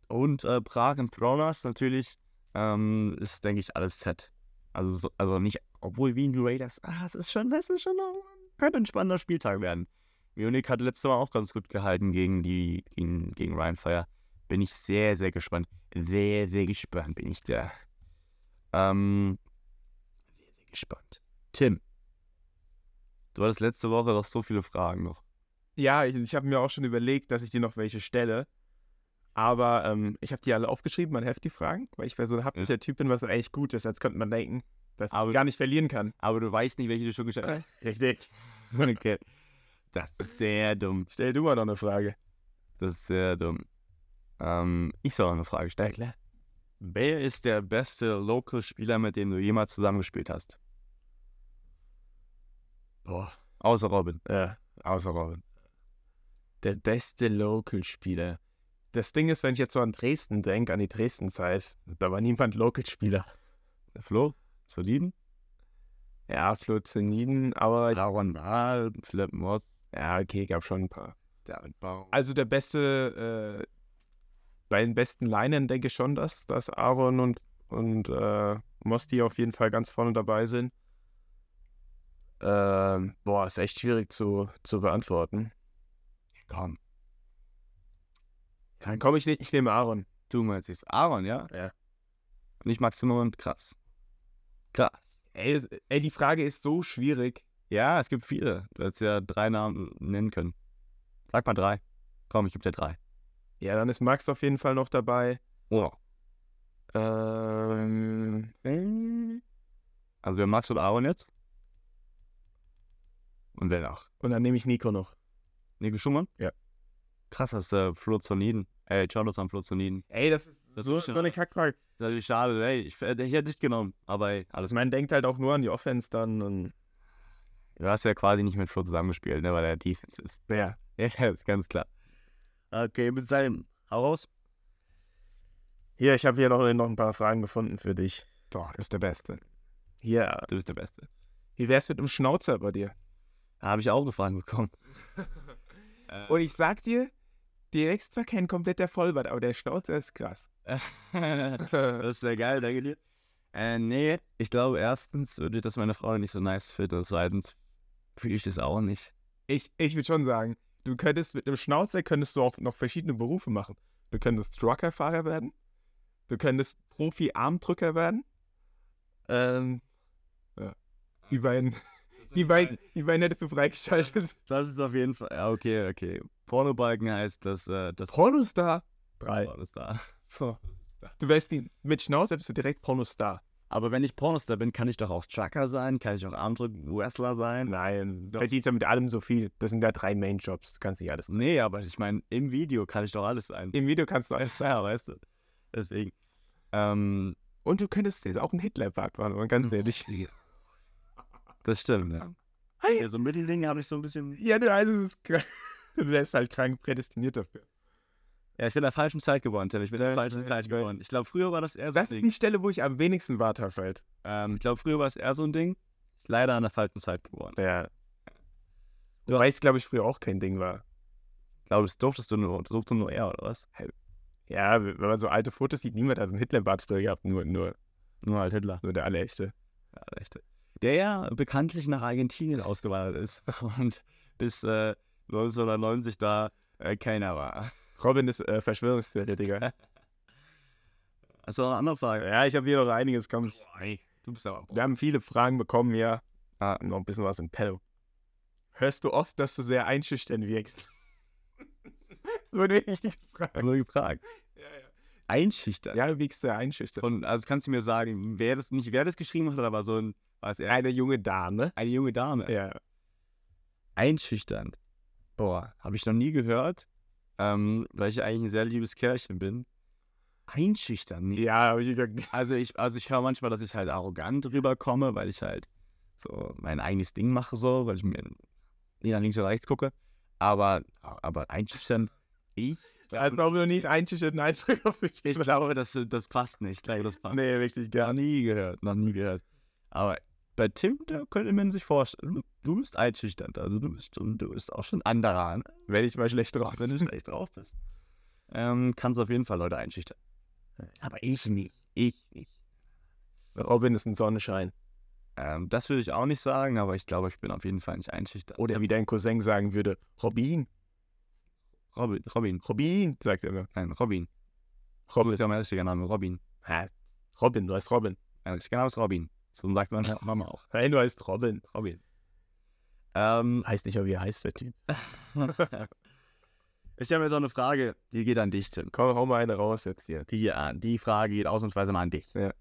[SPEAKER 2] und äh, Prag und Throners natürlich ähm, ist, denke ich, alles set. Also, so, also nicht, obwohl Wien Raiders, ah, das ist schon, das ist schon noch, könnte ein spannender Spieltag werden. Munich hat letztes Mal auch ganz gut gehalten gegen die, gegen, gegen Rheinfire. Bin ich sehr, sehr gespannt. Sehr, sehr gespannt bin ich da. Ähm, sehr, sehr gespannt. Tim, du hattest letzte Woche doch so viele Fragen noch.
[SPEAKER 3] Ja, ich, ich habe mir auch schon überlegt, dass ich dir noch welche stelle. Aber ähm, ich habe die alle aufgeschrieben, man heft die Fragen, weil ich bei so ein haptischer Typ bin, was eigentlich gut ist. Als könnte man denken, dass
[SPEAKER 2] Aber-
[SPEAKER 3] ich gar nicht verlieren kann.
[SPEAKER 2] Aber du weißt nicht, welche du schon gestellt hast.
[SPEAKER 3] Richtig.
[SPEAKER 2] Okay. Das ist sehr dumm.
[SPEAKER 3] Stell du mal noch eine Frage.
[SPEAKER 2] Das ist sehr dumm. Ähm, ich soll noch eine Frage stellen.
[SPEAKER 3] klar.
[SPEAKER 2] Wer ist der beste Local-Spieler, mit dem du jemals zusammengespielt hast? Boah. Außer Robin.
[SPEAKER 3] Ja.
[SPEAKER 2] Außer Robin.
[SPEAKER 3] Der beste Local-Spieler. Das Ding ist, wenn ich jetzt so an Dresden denke, an die Dresden-Zeit, da war niemand Local-Spieler.
[SPEAKER 2] Der Flo? Soliden?
[SPEAKER 3] Ja, Flo Zeniden, aber
[SPEAKER 2] Lauren Wahl, Philipp Moss,
[SPEAKER 3] ja, okay, gab schon ein paar.
[SPEAKER 2] David Baum.
[SPEAKER 3] Also der beste, äh, bei den besten Linern denke ich schon, dass, dass Aaron und, und äh, Mosti auf jeden Fall ganz vorne dabei sind. Ähm, boah, ist echt schwierig zu, zu beantworten.
[SPEAKER 2] Komm,
[SPEAKER 3] Dann komme ich nicht, ich nehme Aaron.
[SPEAKER 2] du meinst es. Aaron, ja?
[SPEAKER 3] Ja.
[SPEAKER 2] Und ich Max Zimmermann, krass. Krass.
[SPEAKER 3] Ey, ey, die Frage ist so schwierig.
[SPEAKER 2] Ja, es gibt viele. Du hättest ja drei Namen nennen können. Sag mal drei. Komm, ich gebe dir drei.
[SPEAKER 3] Ja, dann ist Max auf jeden Fall noch dabei.
[SPEAKER 2] Oh.
[SPEAKER 3] Ähm,
[SPEAKER 2] Also wir haben Max und Aaron jetzt. Und wer noch?
[SPEAKER 3] und dann nehme ich Nico noch.
[SPEAKER 2] Nico Schumann?
[SPEAKER 3] Ja.
[SPEAKER 2] Krass, das ist äh, Flo Zorniden. Ey, Charlotte am Flozonin.
[SPEAKER 3] Ey, das ist
[SPEAKER 2] Das
[SPEAKER 3] so,
[SPEAKER 2] ist schon-
[SPEAKER 3] so eine Kackfrage.
[SPEAKER 2] Das ist schade, ey. Ich, äh, ich hätte nicht genommen, aber ey, alles
[SPEAKER 3] Also man denkt halt auch nur an die Offense dann und
[SPEAKER 2] Du hast ja quasi nicht mit Flo zusammengespielt, ne, weil er Defense ist.
[SPEAKER 3] ja.
[SPEAKER 2] Ja, ja, ist ganz klar. Okay, mit seinem. Hau raus.
[SPEAKER 3] Hier, ich habe hier noch, noch ein paar Fragen gefunden für dich.
[SPEAKER 2] Doch, du bist der Beste.
[SPEAKER 3] Hier.
[SPEAKER 2] Du bist der Beste.
[SPEAKER 3] Wie wär's mit einem Schnauzer bei dir?
[SPEAKER 2] Da habe ich auch eine Frage bekommen. Äh,
[SPEAKER 3] Und ich sag dir, direkt ist zwar kein kompletter Vollbart, aber der Schnauzer ist krass.
[SPEAKER 2] das ist sehr geil, danke dir. Äh, nee, ich glaube, erstens würde das meine Frau nicht so nice finden und zweitens fühle ich das auch nicht.
[SPEAKER 3] Ich, ich würde schon sagen, du könntest mit einem Schnauzer könntest du auch noch verschiedene Berufe machen. Du könntest Truckerfahrer werden. Du könntest Profi-Armdrücker werden. Ähm, ja. Die beiden, die beiden, die beiden hättest du freigeschaltet.
[SPEAKER 2] Das ist auf jeden Fall. Ja, okay, okay. Pornobalken heißt, dass äh, das
[SPEAKER 3] Pornostar. Drei.
[SPEAKER 2] Pornostar.
[SPEAKER 3] Du wärst die, mit Schnauzer bist du direkt Pornostar.
[SPEAKER 2] Aber wenn ich Pornostar bin, kann ich doch auch Trucker sein, kann ich auch Armdrücken, Wrestler sein.
[SPEAKER 3] Nein, verdienst ja mit allem so viel. Das sind ja drei Main-Jobs. Du kannst nicht alles.
[SPEAKER 2] Nee, aber ich meine, im Video kann ich doch alles sein.
[SPEAKER 3] Im Video kannst du alles.
[SPEAKER 2] Ja, weißt du. Deswegen. Ähm,
[SPEAKER 3] Und du könntest jetzt auch einen Hitler-Part machen, aber
[SPEAKER 2] Mhm.
[SPEAKER 3] ganz ehrlich.
[SPEAKER 2] das stimmt, ja.
[SPEAKER 3] Hi.
[SPEAKER 2] Ja, so ein Mittelding habe ich so ein bisschen.
[SPEAKER 3] Ja, du weißt, es ist krank. Du wärst halt krank prädestiniert dafür.
[SPEAKER 2] Ja, ich bin in der falschen Zeit geboren, Tim. Ich bin in der
[SPEAKER 3] Ja,
[SPEAKER 2] falschen
[SPEAKER 3] ich weiß,
[SPEAKER 2] Zeit
[SPEAKER 3] ich weiß.
[SPEAKER 2] geboren. Ich glaube, früher war das eher so ein
[SPEAKER 3] Das ist
[SPEAKER 2] Ding.
[SPEAKER 3] die Stelle, wo ich am wenigsten war, Tafelfeld.
[SPEAKER 2] Ähm, ich glaube, früher war es eher so ein Ding. Ich leider an der falschen Zeit geboren.
[SPEAKER 3] Ja.
[SPEAKER 2] Du-
[SPEAKER 3] Wobei es, glaube ich, früher auch kein Ding war.
[SPEAKER 2] Ich glaube, das durftest du nur, durftest du nur eher, oder was?
[SPEAKER 3] Ja, wenn man so alte Fotos sieht, niemand hat einen Hitlerbart früher gehabt, nur, nur,
[SPEAKER 2] Nur halt Hitler.
[SPEAKER 3] nur der allerechte.
[SPEAKER 2] Ja, recht. Der ja bekanntlich nach Argentinien ausgewandert ist und bis äh, 1990 da äh, keiner war.
[SPEAKER 3] Robin ist äh, Verschwörungstheoretiker.
[SPEAKER 2] Hast du noch eine andere Frage?
[SPEAKER 3] ja, ich habe hier noch einiges. Komm, ich,
[SPEAKER 2] Du bist aber.
[SPEAKER 3] wir haben viele Fragen bekommen, ja.
[SPEAKER 2] Ah.
[SPEAKER 3] Noch ein bisschen was im Pedal. Hörst du oft, dass du sehr einschüchtern wirkst? so eine wichtige Frage.
[SPEAKER 2] Nur gefragt.
[SPEAKER 3] Ja, ja.
[SPEAKER 2] Einschüchtern.
[SPEAKER 3] Äh, ja, du wirkst sehr einschüchtern.
[SPEAKER 2] Von, also kannst du mir sagen, wer das nicht, wer das geschrieben hat, aber so ein, was er,
[SPEAKER 3] Eine junge Dame.
[SPEAKER 2] eine junge Dame.
[SPEAKER 3] Ja.
[SPEAKER 2] Einschüchternd. Boah, habe ich noch nie gehört, ähm, weil ich eigentlich ein sehr liebes Kerlchen bin. Einschüchtern. nee.
[SPEAKER 3] Ja, habe ich gedacht.
[SPEAKER 2] Also ich, also ich höre manchmal, dass ich halt arrogant rüberkomme, weil ich halt so mein eigenes Ding mache, so, weil ich mir nie nach links oder rechts gucke. Aber, aber einschüchtern, ich,
[SPEAKER 3] Als ob du nicht einschüchtern Eindruck auf mich
[SPEAKER 2] ich glaube, das, das passt nicht. Ich glaube, das passt
[SPEAKER 3] Nee, wirklich gar
[SPEAKER 2] Noch nie gehört, noch nie gehört. Aber bei Tim, da könnte man sich vorstellen, du, du bist einschüchternd. Also du bist, schon, du bist auch schon anderer, ne?
[SPEAKER 3] Wenn ich mal schlecht drauf
[SPEAKER 2] auch wenn du schlecht drauf bist. Ähm, kannst auf jeden Fall Leute einschüchtern. Aber ich nicht, ich nicht.
[SPEAKER 3] Robin ist ein Sonnenschein.
[SPEAKER 2] Ähm, das würde ich auch nicht sagen, aber ich glaube, ich bin auf jeden Fall nicht einschüchtern.
[SPEAKER 3] Oder wie dein Cousin sagen würde, Robin,
[SPEAKER 2] Robin, Robin,
[SPEAKER 3] Robin, sagt er immer.
[SPEAKER 2] nein, Robin. Robin ist ja mein richtiger Name, Robin.
[SPEAKER 3] Ha, Robin, du heißt Robin.
[SPEAKER 2] Mein richtiger Name ist Robin. So sagt meine Mama auch,
[SPEAKER 3] Nein, du heißt Robin.
[SPEAKER 2] Robin. Ähm,
[SPEAKER 3] Heißt nicht mal, wie er heißt der Typ.
[SPEAKER 2] ich habe jetzt auch eine Frage, die geht an dich, Tim.
[SPEAKER 3] Komm, hau mal eine raus jetzt hier.
[SPEAKER 2] Die, äh, die Frage geht ausnahmsweise mal an dich.
[SPEAKER 3] Ja.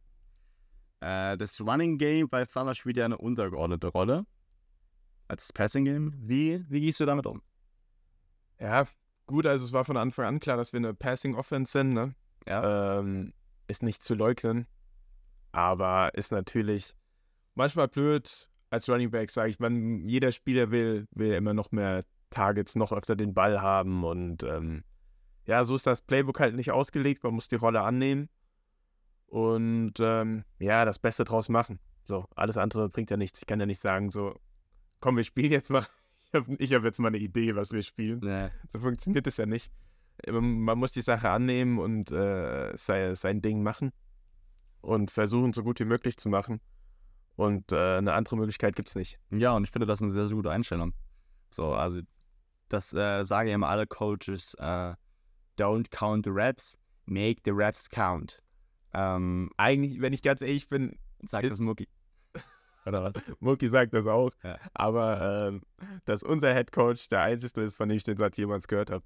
[SPEAKER 2] Äh, das Running Game bei Thunder spielt ja eine untergeordnete Rolle als das Passing Game. Wie, wie gehst du damit um?
[SPEAKER 3] Ja, gut, also es war von Anfang an klar, dass wir eine Passing Offense sind, ne? Ja. Ähm, ist nicht zu leugnen, aber ist natürlich manchmal blöd als Running Back, sage ich. Man, jeder Spieler will, will immer noch mehr Targets, noch öfter den Ball haben und ähm, ja, so ist das Playbook halt nicht ausgelegt. Man muss die Rolle annehmen und ähm, ja, das Beste draus machen. So, alles andere bringt ja nichts. Ich kann ja nicht sagen, so, komm, wir spielen jetzt mal. Ich habe ich hab jetzt mal eine Idee, was wir spielen.
[SPEAKER 2] Nee.
[SPEAKER 3] So funktioniert es ja nicht. Man man muss die Sache annehmen und äh, sei, sein Ding machen und versuchen, so gut wie möglich zu machen. Und äh, eine andere Möglichkeit gibt es nicht.
[SPEAKER 2] Ja, und ich finde das eine sehr, sehr gute Einstellung. So, also, das äh, sagen ja immer alle Coaches: äh, Don't count the reps, make the reps count. Ähm,
[SPEAKER 3] Eigentlich, wenn ich ganz ehrlich bin,
[SPEAKER 2] sagt das Mucki. Oder was?
[SPEAKER 3] Murki sagt das auch,
[SPEAKER 2] Ja.
[SPEAKER 3] aber ähm, dass unser Head Coach der Einzige ist, von dem ich den Satz jemals gehört habe.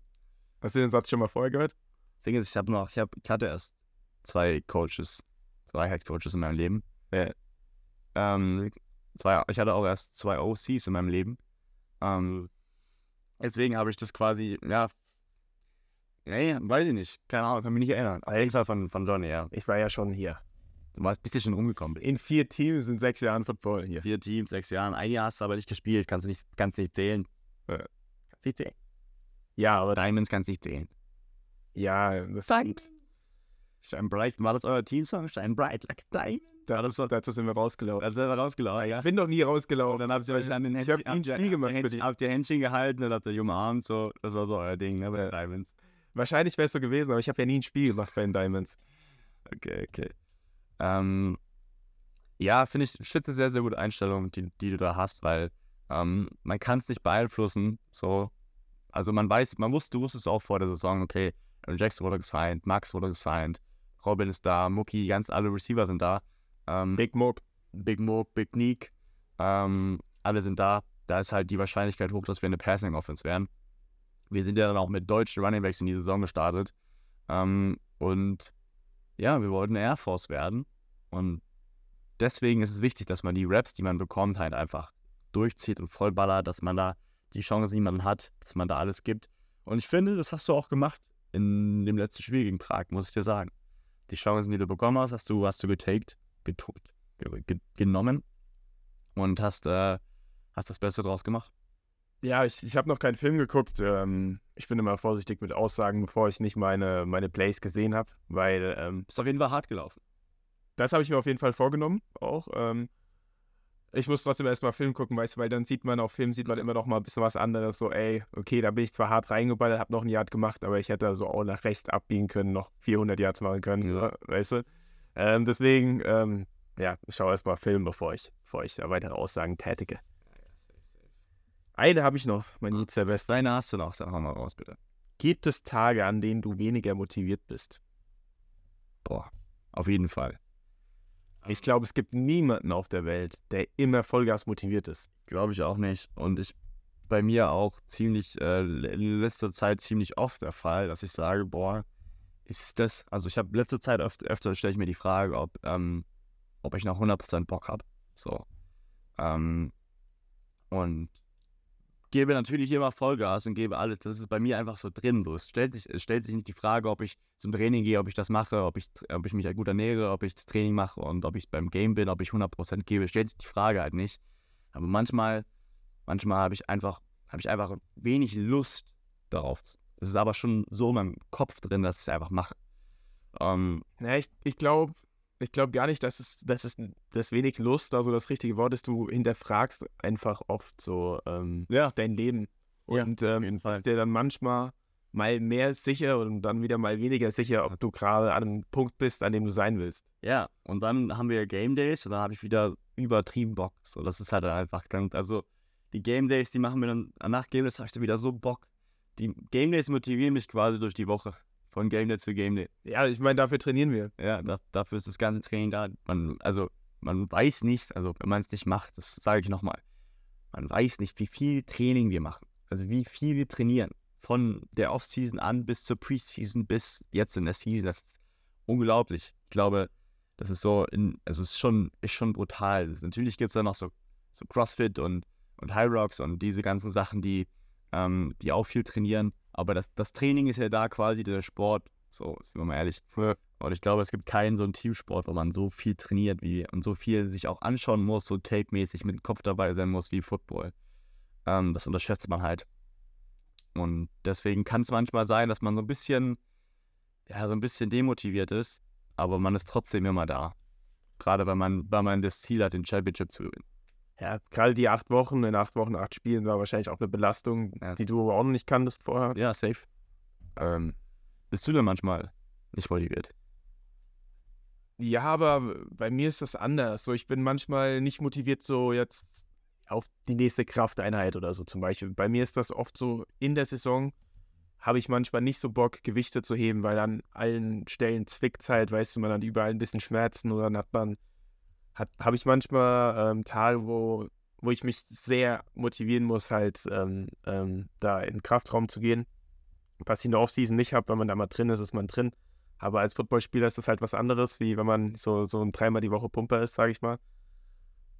[SPEAKER 3] Hast du den Satz schon mal vorher gehört?
[SPEAKER 2] Das Ding ist, ich habe noch, ich, hab, ich hatte erst zwei Coaches, zwei Head Coaches in meinem Leben.
[SPEAKER 3] Ja.
[SPEAKER 2] Ähm, zwei, ich hatte auch erst zwei OCs in meinem Leben. Ähm, deswegen habe ich das quasi, ja, Nee, weiß ich nicht. Keine Ahnung, kann mich nicht erinnern. Auf jeden Fall von, von Johnny, ja.
[SPEAKER 3] Ich war ja schon hier.
[SPEAKER 2] Du warst, bist ja schon umgekommen. Bist.
[SPEAKER 3] In vier Teams in sechs Jahren Football hier.
[SPEAKER 2] vier Teams, sechs Jahren. Ein Jahr hast du aber nicht gespielt. Kannst du nicht, kannst nicht zählen.
[SPEAKER 3] Ja.
[SPEAKER 2] Kannst nicht zählen.
[SPEAKER 3] Ja, aber
[SPEAKER 2] Diamonds kannst nicht zählen.
[SPEAKER 3] ja, das
[SPEAKER 2] Diamonds. Shine Bright, war das euer Teamsong? Shine Bright like a Diamond.
[SPEAKER 3] dazu, dazu sind wir rausgelaufen.
[SPEAKER 2] Dann sind wir rausgelaufen, ja.
[SPEAKER 3] Ich bin doch nie
[SPEAKER 2] Und
[SPEAKER 3] rausgelaufen.
[SPEAKER 2] dann habt ihr euch an den
[SPEAKER 3] Ich hab ihn
[SPEAKER 2] habt ihr-
[SPEAKER 3] nie gemacht,
[SPEAKER 2] habt ihr
[SPEAKER 3] bitte.
[SPEAKER 2] Händchen, habt ihr Händchen gehalten und habt ihr umarmt, so. Das war so euer Ding, ne, bei den
[SPEAKER 3] Ja.
[SPEAKER 2] Diamonds.
[SPEAKER 3] Wahrscheinlich wärst du gewesen, aber ich habe ja nie ein Spiel gemacht bei den Diamonds.
[SPEAKER 2] Okay, okay. Ähm, ja, finde ich, schätze sehr, sehr gute Einstellung, die, die du da hast, weil ähm, man kann es nicht beeinflussen. So, also man weiß, man wusste, du wusstest auch vor der Saison, okay, Aaron Jackson wurde gesigned, Max wurde gesigned, Robin ist da, Mucki, ganz alle Receiver sind da. Ähm,
[SPEAKER 3] Big Mob.
[SPEAKER 2] Big Mo, Big Neek, ähm, alle sind da. Da ist halt die Wahrscheinlichkeit hoch, dass wir eine Passing Offense werden. Wir sind ja dann auch mit deutschen Running Backs in die Saison gestartet. Ähm, und ja, wir wollten eine Air Force werden. Und deswegen ist es wichtig, dass man die Raps, die man bekommt, halt einfach durchzieht und vollballert, dass man da die Chance, die man hat, dass man da alles gibt. Und ich finde, das hast du auch gemacht in dem letzten Spiel gegen Prag, muss ich dir sagen. Die Chancen, die du bekommen hast, hast du, hast du getaked, getuckt ge ge genommen und hast, äh, hast das Beste draus gemacht.
[SPEAKER 3] Ja, ich, ich habe noch keinen Film geguckt. Ähm, ich bin immer vorsichtig mit Aussagen, bevor ich nicht meine, meine Plays gesehen habe, weil ähm,
[SPEAKER 2] Ist auf jeden Fall hart gelaufen.
[SPEAKER 3] das habe ich mir auf jeden Fall vorgenommen auch. Ähm, ich muss trotzdem erstmal Film gucken, weißt du, weil dann sieht man auf Film, sieht man immer noch mal ein bisschen was anderes. So, ey, okay, da bin ich zwar hart reingeballert, habe noch ein Yard gemacht, aber ich hätte so auch nach rechts abbiegen können, noch 400 Yards machen können, ne,
[SPEAKER 2] Ja.
[SPEAKER 3] weißt du. Ähm, deswegen, ähm, ja, ich schaue erstmal Film, bevor ich, bevor ich da weitere Aussagen tätige. Eine habe ich noch, mein
[SPEAKER 2] Ah.
[SPEAKER 3] Liebster Bester.
[SPEAKER 2] Deine hast du noch, dann hau mal raus, bitte.
[SPEAKER 3] Gibt es Tage, an denen du weniger motiviert bist?
[SPEAKER 2] Boah, auf jeden Fall.
[SPEAKER 3] Ich glaube, es gibt niemanden auf der Welt, der immer Vollgas motiviert ist.
[SPEAKER 2] Glaube ich auch nicht. Und ich bei mir auch ziemlich, äh, in letzter Zeit ziemlich oft der Fall, dass ich sage, boah, ist das, also ich habe letzte Zeit öfter, öfter stelle ich mir die Frage, ob, ähm, ob ich noch 100% Bock habe. So. Ähm, und gebe natürlich immer Vollgas und gebe alles. Das ist bei mir einfach so drin. So. Es, stellt sich, es stellt sich nicht die Frage, ob ich zum Training gehe, ob ich das mache, ob ich, ob ich mich gut ernähre, ob ich das Training mache und ob ich beim Game bin, ob ich 100% gebe. Stellt sich die Frage halt nicht. Aber manchmal, manchmal habe ich einfach, habe ich einfach wenig Lust darauf. Es ist aber schon so in meinem Kopf drin, dass ich es einfach mache. Ähm,
[SPEAKER 3] Na, ich, ich glaube ich glaub gar nicht, dass es, dass es dass wenig Lust da so das richtige Wort ist. Du hinterfragst einfach oft so ähm,
[SPEAKER 2] ja,
[SPEAKER 3] dein Leben.
[SPEAKER 2] Ja,
[SPEAKER 3] Und
[SPEAKER 2] auf
[SPEAKER 3] ähm,
[SPEAKER 2] jeden Fall.
[SPEAKER 3] ist dir dann manchmal mal mehr sicher und dann wieder mal weniger sicher, ob du gerade an einem Punkt bist, an dem du sein willst.
[SPEAKER 2] Ja, und dann haben wir Game Days und dann habe ich wieder übertrieben Bock. So, das ist halt dann einfach ganz, also die Game Days, die machen mir dann, nach Game Days habe ich dann wieder so Bock. Die Game Days motivieren mich quasi durch die Woche. Von Game Day zu Game Day.
[SPEAKER 3] Ja, ich meine, dafür trainieren wir.
[SPEAKER 2] Ja, da, dafür ist das ganze Training da. Man, also, man weiß nicht, also wenn man es nicht macht, das sage ich nochmal, man weiß nicht, wie viel Training wir machen. Also wie viel wir trainieren. Von der Offseason an bis zur Preseason bis jetzt in der Season. Das ist unglaublich. Ich glaube, das ist so, in, also es ist schon, ist schon brutal. Es- Natürlich gibt es da noch so, so CrossFit und, und High Rocks und diese ganzen Sachen, die, ähm, die auch viel trainieren. Aber das, das Training ist ja da quasi der Sport. So, sind wir mal ehrlich.
[SPEAKER 3] Ja.
[SPEAKER 2] Und ich glaube, es gibt keinen so einen Teamsport, wo man so viel trainiert wie und so viel sich auch anschauen muss, so tape-mäßig mit dem Kopf dabei sein muss wie Football. Ähm, das unterschätzt man halt. Und deswegen kann es manchmal sein, dass man so ein bisschen, ja, so ein bisschen demotiviert ist, aber man ist trotzdem immer da. Gerade wenn man, wenn man das Ziel hat, den Championship zu gewinnen.
[SPEAKER 3] Ja, gerade die acht Wochen, in acht Wochen, acht Spielen war wahrscheinlich auch eine Belastung,
[SPEAKER 2] Ja.
[SPEAKER 3] die du auch noch nicht kanntest vorher.
[SPEAKER 2] Ja, safe. Ähm, bist du denn manchmal nicht motiviert?
[SPEAKER 3] Ja, aber bei mir ist das anders. So, ich bin manchmal nicht motiviert, so jetzt auf die nächste Krafteinheit oder so zum Beispiel. Bei mir ist das oft so, in der Saison habe ich manchmal nicht so Bock, Gewichte zu heben, weil an allen Stellen zwickt halt, weißt du, man hat überall ein bisschen Schmerzen oder dann hat man, hat, habe ich manchmal ähm, Tage, wo, wo ich mich sehr motivieren muss, halt ähm, ähm, da in den Kraftraum zu gehen. Was ich in der Offseason nicht habe, wenn man da mal drin ist, ist man drin. Aber als Footballspieler ist das halt was anderes, wie wenn man so, so ein dreimal die Woche Pumper ist, sage ich mal.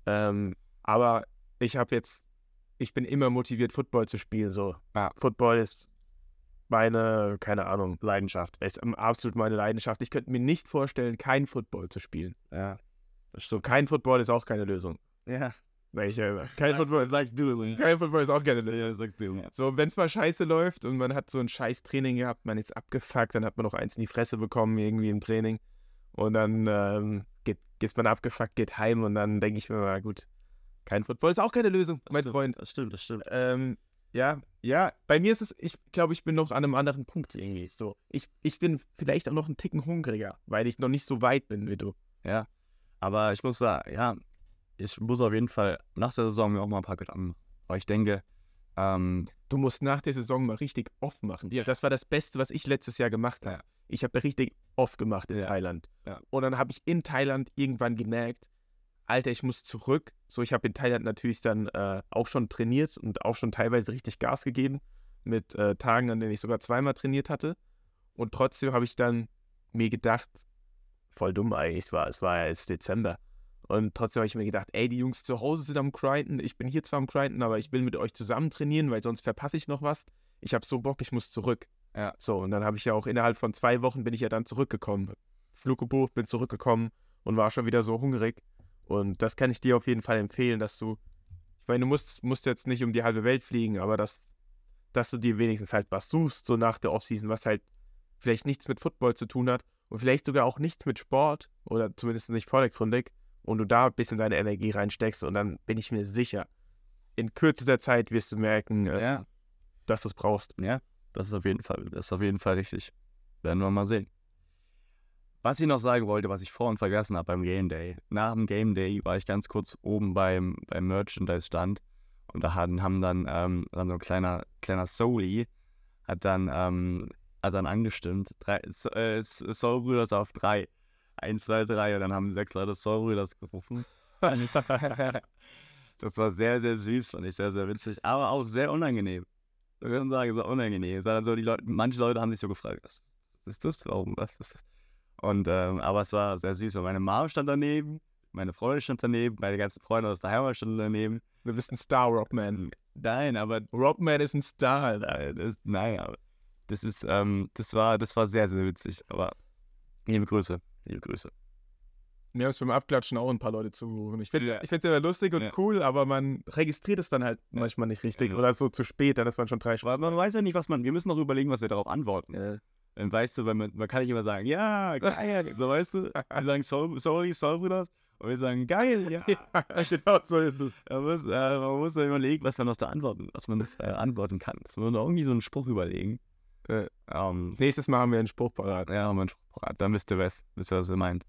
[SPEAKER 3] Ähm, aber ich habe jetzt, ich bin immer motiviert, Football zu spielen. So.
[SPEAKER 2] Ja.
[SPEAKER 3] Football ist meine, keine Ahnung,
[SPEAKER 2] Leidenschaft.
[SPEAKER 3] ist ähm, absolut meine Leidenschaft. Ich könnte mir nicht vorstellen, keinen Football zu spielen.
[SPEAKER 2] Ja.
[SPEAKER 3] So, kein Football ist auch keine Lösung.
[SPEAKER 2] Ja.
[SPEAKER 3] Sag ich selber. Kein Football,
[SPEAKER 2] sagst du. Ja,
[SPEAKER 3] kein Football ist auch keine Lösung.
[SPEAKER 2] ja sagst du. Ja.
[SPEAKER 3] So, wenn es mal scheiße läuft und man hat so ein scheiß Training gehabt, man ist abgefuckt, dann hat man noch eins in die Fresse bekommen irgendwie im Training. Und dann ähm, geht, ist man abgefuckt, geht heim und dann denke ich mir mal, gut, kein Football ist auch keine Lösung, mein Freund.
[SPEAKER 2] Das stimmt, das stimmt.
[SPEAKER 3] Ähm, ja,
[SPEAKER 2] Ja,
[SPEAKER 3] bei mir ist es, ich glaube, ich bin noch an einem anderen Punkt irgendwie. So, ich, ich bin vielleicht auch noch einen Ticken hungriger, weil ich noch nicht so weit bin wie du.
[SPEAKER 2] ja. Aber ich muss sagen, ja, ich muss auf jeden Fall nach der Saison mir auch mal ein paar Gedanken machen. Weil ich denke, ähm,
[SPEAKER 3] Du musst nach der Saison mal richtig off machen.
[SPEAKER 2] Ja.
[SPEAKER 3] Das war das Beste, was ich letztes Jahr gemacht habe.
[SPEAKER 2] Ja.
[SPEAKER 3] Ich habe richtig off gemacht in
[SPEAKER 2] Ja.
[SPEAKER 3] Thailand.
[SPEAKER 2] Ja.
[SPEAKER 3] Und dann habe ich in Thailand irgendwann gemerkt, Alter, ich muss zurück. So, ich habe in Thailand natürlich dann äh, auch schon trainiert und auch schon teilweise richtig Gas gegeben mit äh, Tagen, an denen ich sogar zweimal trainiert hatte. Und trotzdem habe ich dann mir gedacht, voll dumm eigentlich war, es war ja jetzt Dezember. Und trotzdem habe ich mir gedacht, ey, die Jungs zu Hause sind am Grinden, ich bin hier zwar am Grinden, aber ich will mit euch zusammen trainieren, weil sonst verpasse ich noch was. Ich habe so Bock, ich muss zurück.
[SPEAKER 2] Ja.
[SPEAKER 3] So, und dann habe ich ja auch innerhalb von zwei Wochen bin ich ja dann zurückgekommen. Flug gebucht, bin zurückgekommen und war schon wieder so hungrig. Und das kann ich dir auf jeden Fall empfehlen, dass du, ich meine, du musst, musst jetzt nicht um die halbe Welt fliegen, aber dass, dass du dir wenigstens halt was suchst, so nach der Offseason, was halt vielleicht nichts mit Football zu tun hat und vielleicht sogar auch nichts mit Sport oder zumindest nicht vordergründig und du da ein bisschen deine Energie reinsteckst und dann bin ich mir sicher, in kürzester Zeit wirst du merken, äh,
[SPEAKER 2] ja,
[SPEAKER 3] dass du es brauchst.
[SPEAKER 2] das ist auf jeden Fall, das ist auf jeden Fall richtig. Werden wir mal sehen. Was ich noch sagen wollte, was ich vorhin vergessen habe beim Game Day. Nach dem Game Day war ich ganz kurz oben beim, beim Merchandise-Stand und da hatten, haben dann, ähm, dann so ein kleiner, kleiner Soli hat dann, ähm, hat dann angestimmt. Drei, so, äh, Soul Brothers auf drei. Eins, zwei, drei. Und dann haben sechs Leute Soul Brothers gerufen. das war sehr, sehr süß, fand ich sehr, sehr witzig, aber auch sehr unangenehm. Wir können sagen, es war unangenehm. Es war dann so, die Leute, manche Leute haben sich so gefragt, was, was ist das? Warum? Was ist das? Und, ähm, aber es war sehr süß. Und meine Mama stand daneben, meine Freundin stand daneben, meine ganzen Freunde aus der Heimat standen daneben.
[SPEAKER 3] Du bist ein Star, Rockman.
[SPEAKER 2] Nein, aber
[SPEAKER 3] Rockman ist ein Star, Alter.
[SPEAKER 2] äh, das, nein, aber das ist, ähm, das war, das war sehr, sehr witzig. Aber liebe Grüße, liebe Grüße.
[SPEAKER 3] Mir haben es beim Abklatschen auch ein paar Leute zugerufen. Ich finde
[SPEAKER 2] Ja.
[SPEAKER 3] es immer lustig und
[SPEAKER 2] Ja.
[SPEAKER 3] cool, aber man registriert es dann halt manchmal nicht richtig
[SPEAKER 2] Ja.
[SPEAKER 3] oder so zu spät, dann ist man schon drei Stunden.
[SPEAKER 2] Aber man weiß ja nicht, was man, wir müssen noch überlegen, was wir darauf antworten.
[SPEAKER 3] Ja.
[SPEAKER 2] Dann weißt du, weil man, man kann nicht immer sagen, ja, geil, so weißt du. Wir sagen, so- sorry, sorry, Bruder. Und wir sagen, geil, ja.
[SPEAKER 3] genau so ist es.
[SPEAKER 2] Man muss, äh, man muss dann überlegen, was man noch da antworten, was man äh, antworten kann. Muss man noch irgendwie so einen Spruch überlegen.
[SPEAKER 3] Äh.
[SPEAKER 2] Ähm,
[SPEAKER 3] Nächstes Mal haben wir einen Spruch parat.
[SPEAKER 2] ja, mein Spruch, parat. dann wisst ihr, was, wisst ihr, was ihr meint.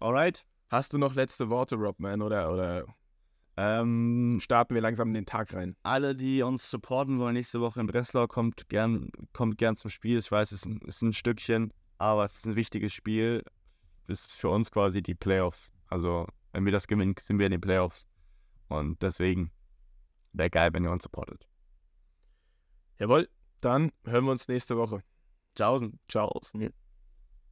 [SPEAKER 2] Alright.
[SPEAKER 3] Hast du noch letzte Worte, Rockman, oder, oder
[SPEAKER 2] Ähm,
[SPEAKER 3] starten wir langsam in den Tag rein?
[SPEAKER 2] alle, die uns supporten wollen, nächste Woche in Breslau, kommt gern, kommt gern zum Spiel. Ich weiß, es ist ein, ist ein Stückchen, aber es ist ein wichtiges Spiel. Es ist für uns quasi die Playoffs. Also, wenn wir das gewinnen, sind wir in den Playoffs. Und deswegen wäre geil, wenn ihr uns supportet.
[SPEAKER 3] Jawohl, dann hören wir uns nächste Woche.
[SPEAKER 2] Tschaußen.
[SPEAKER 3] Ciao.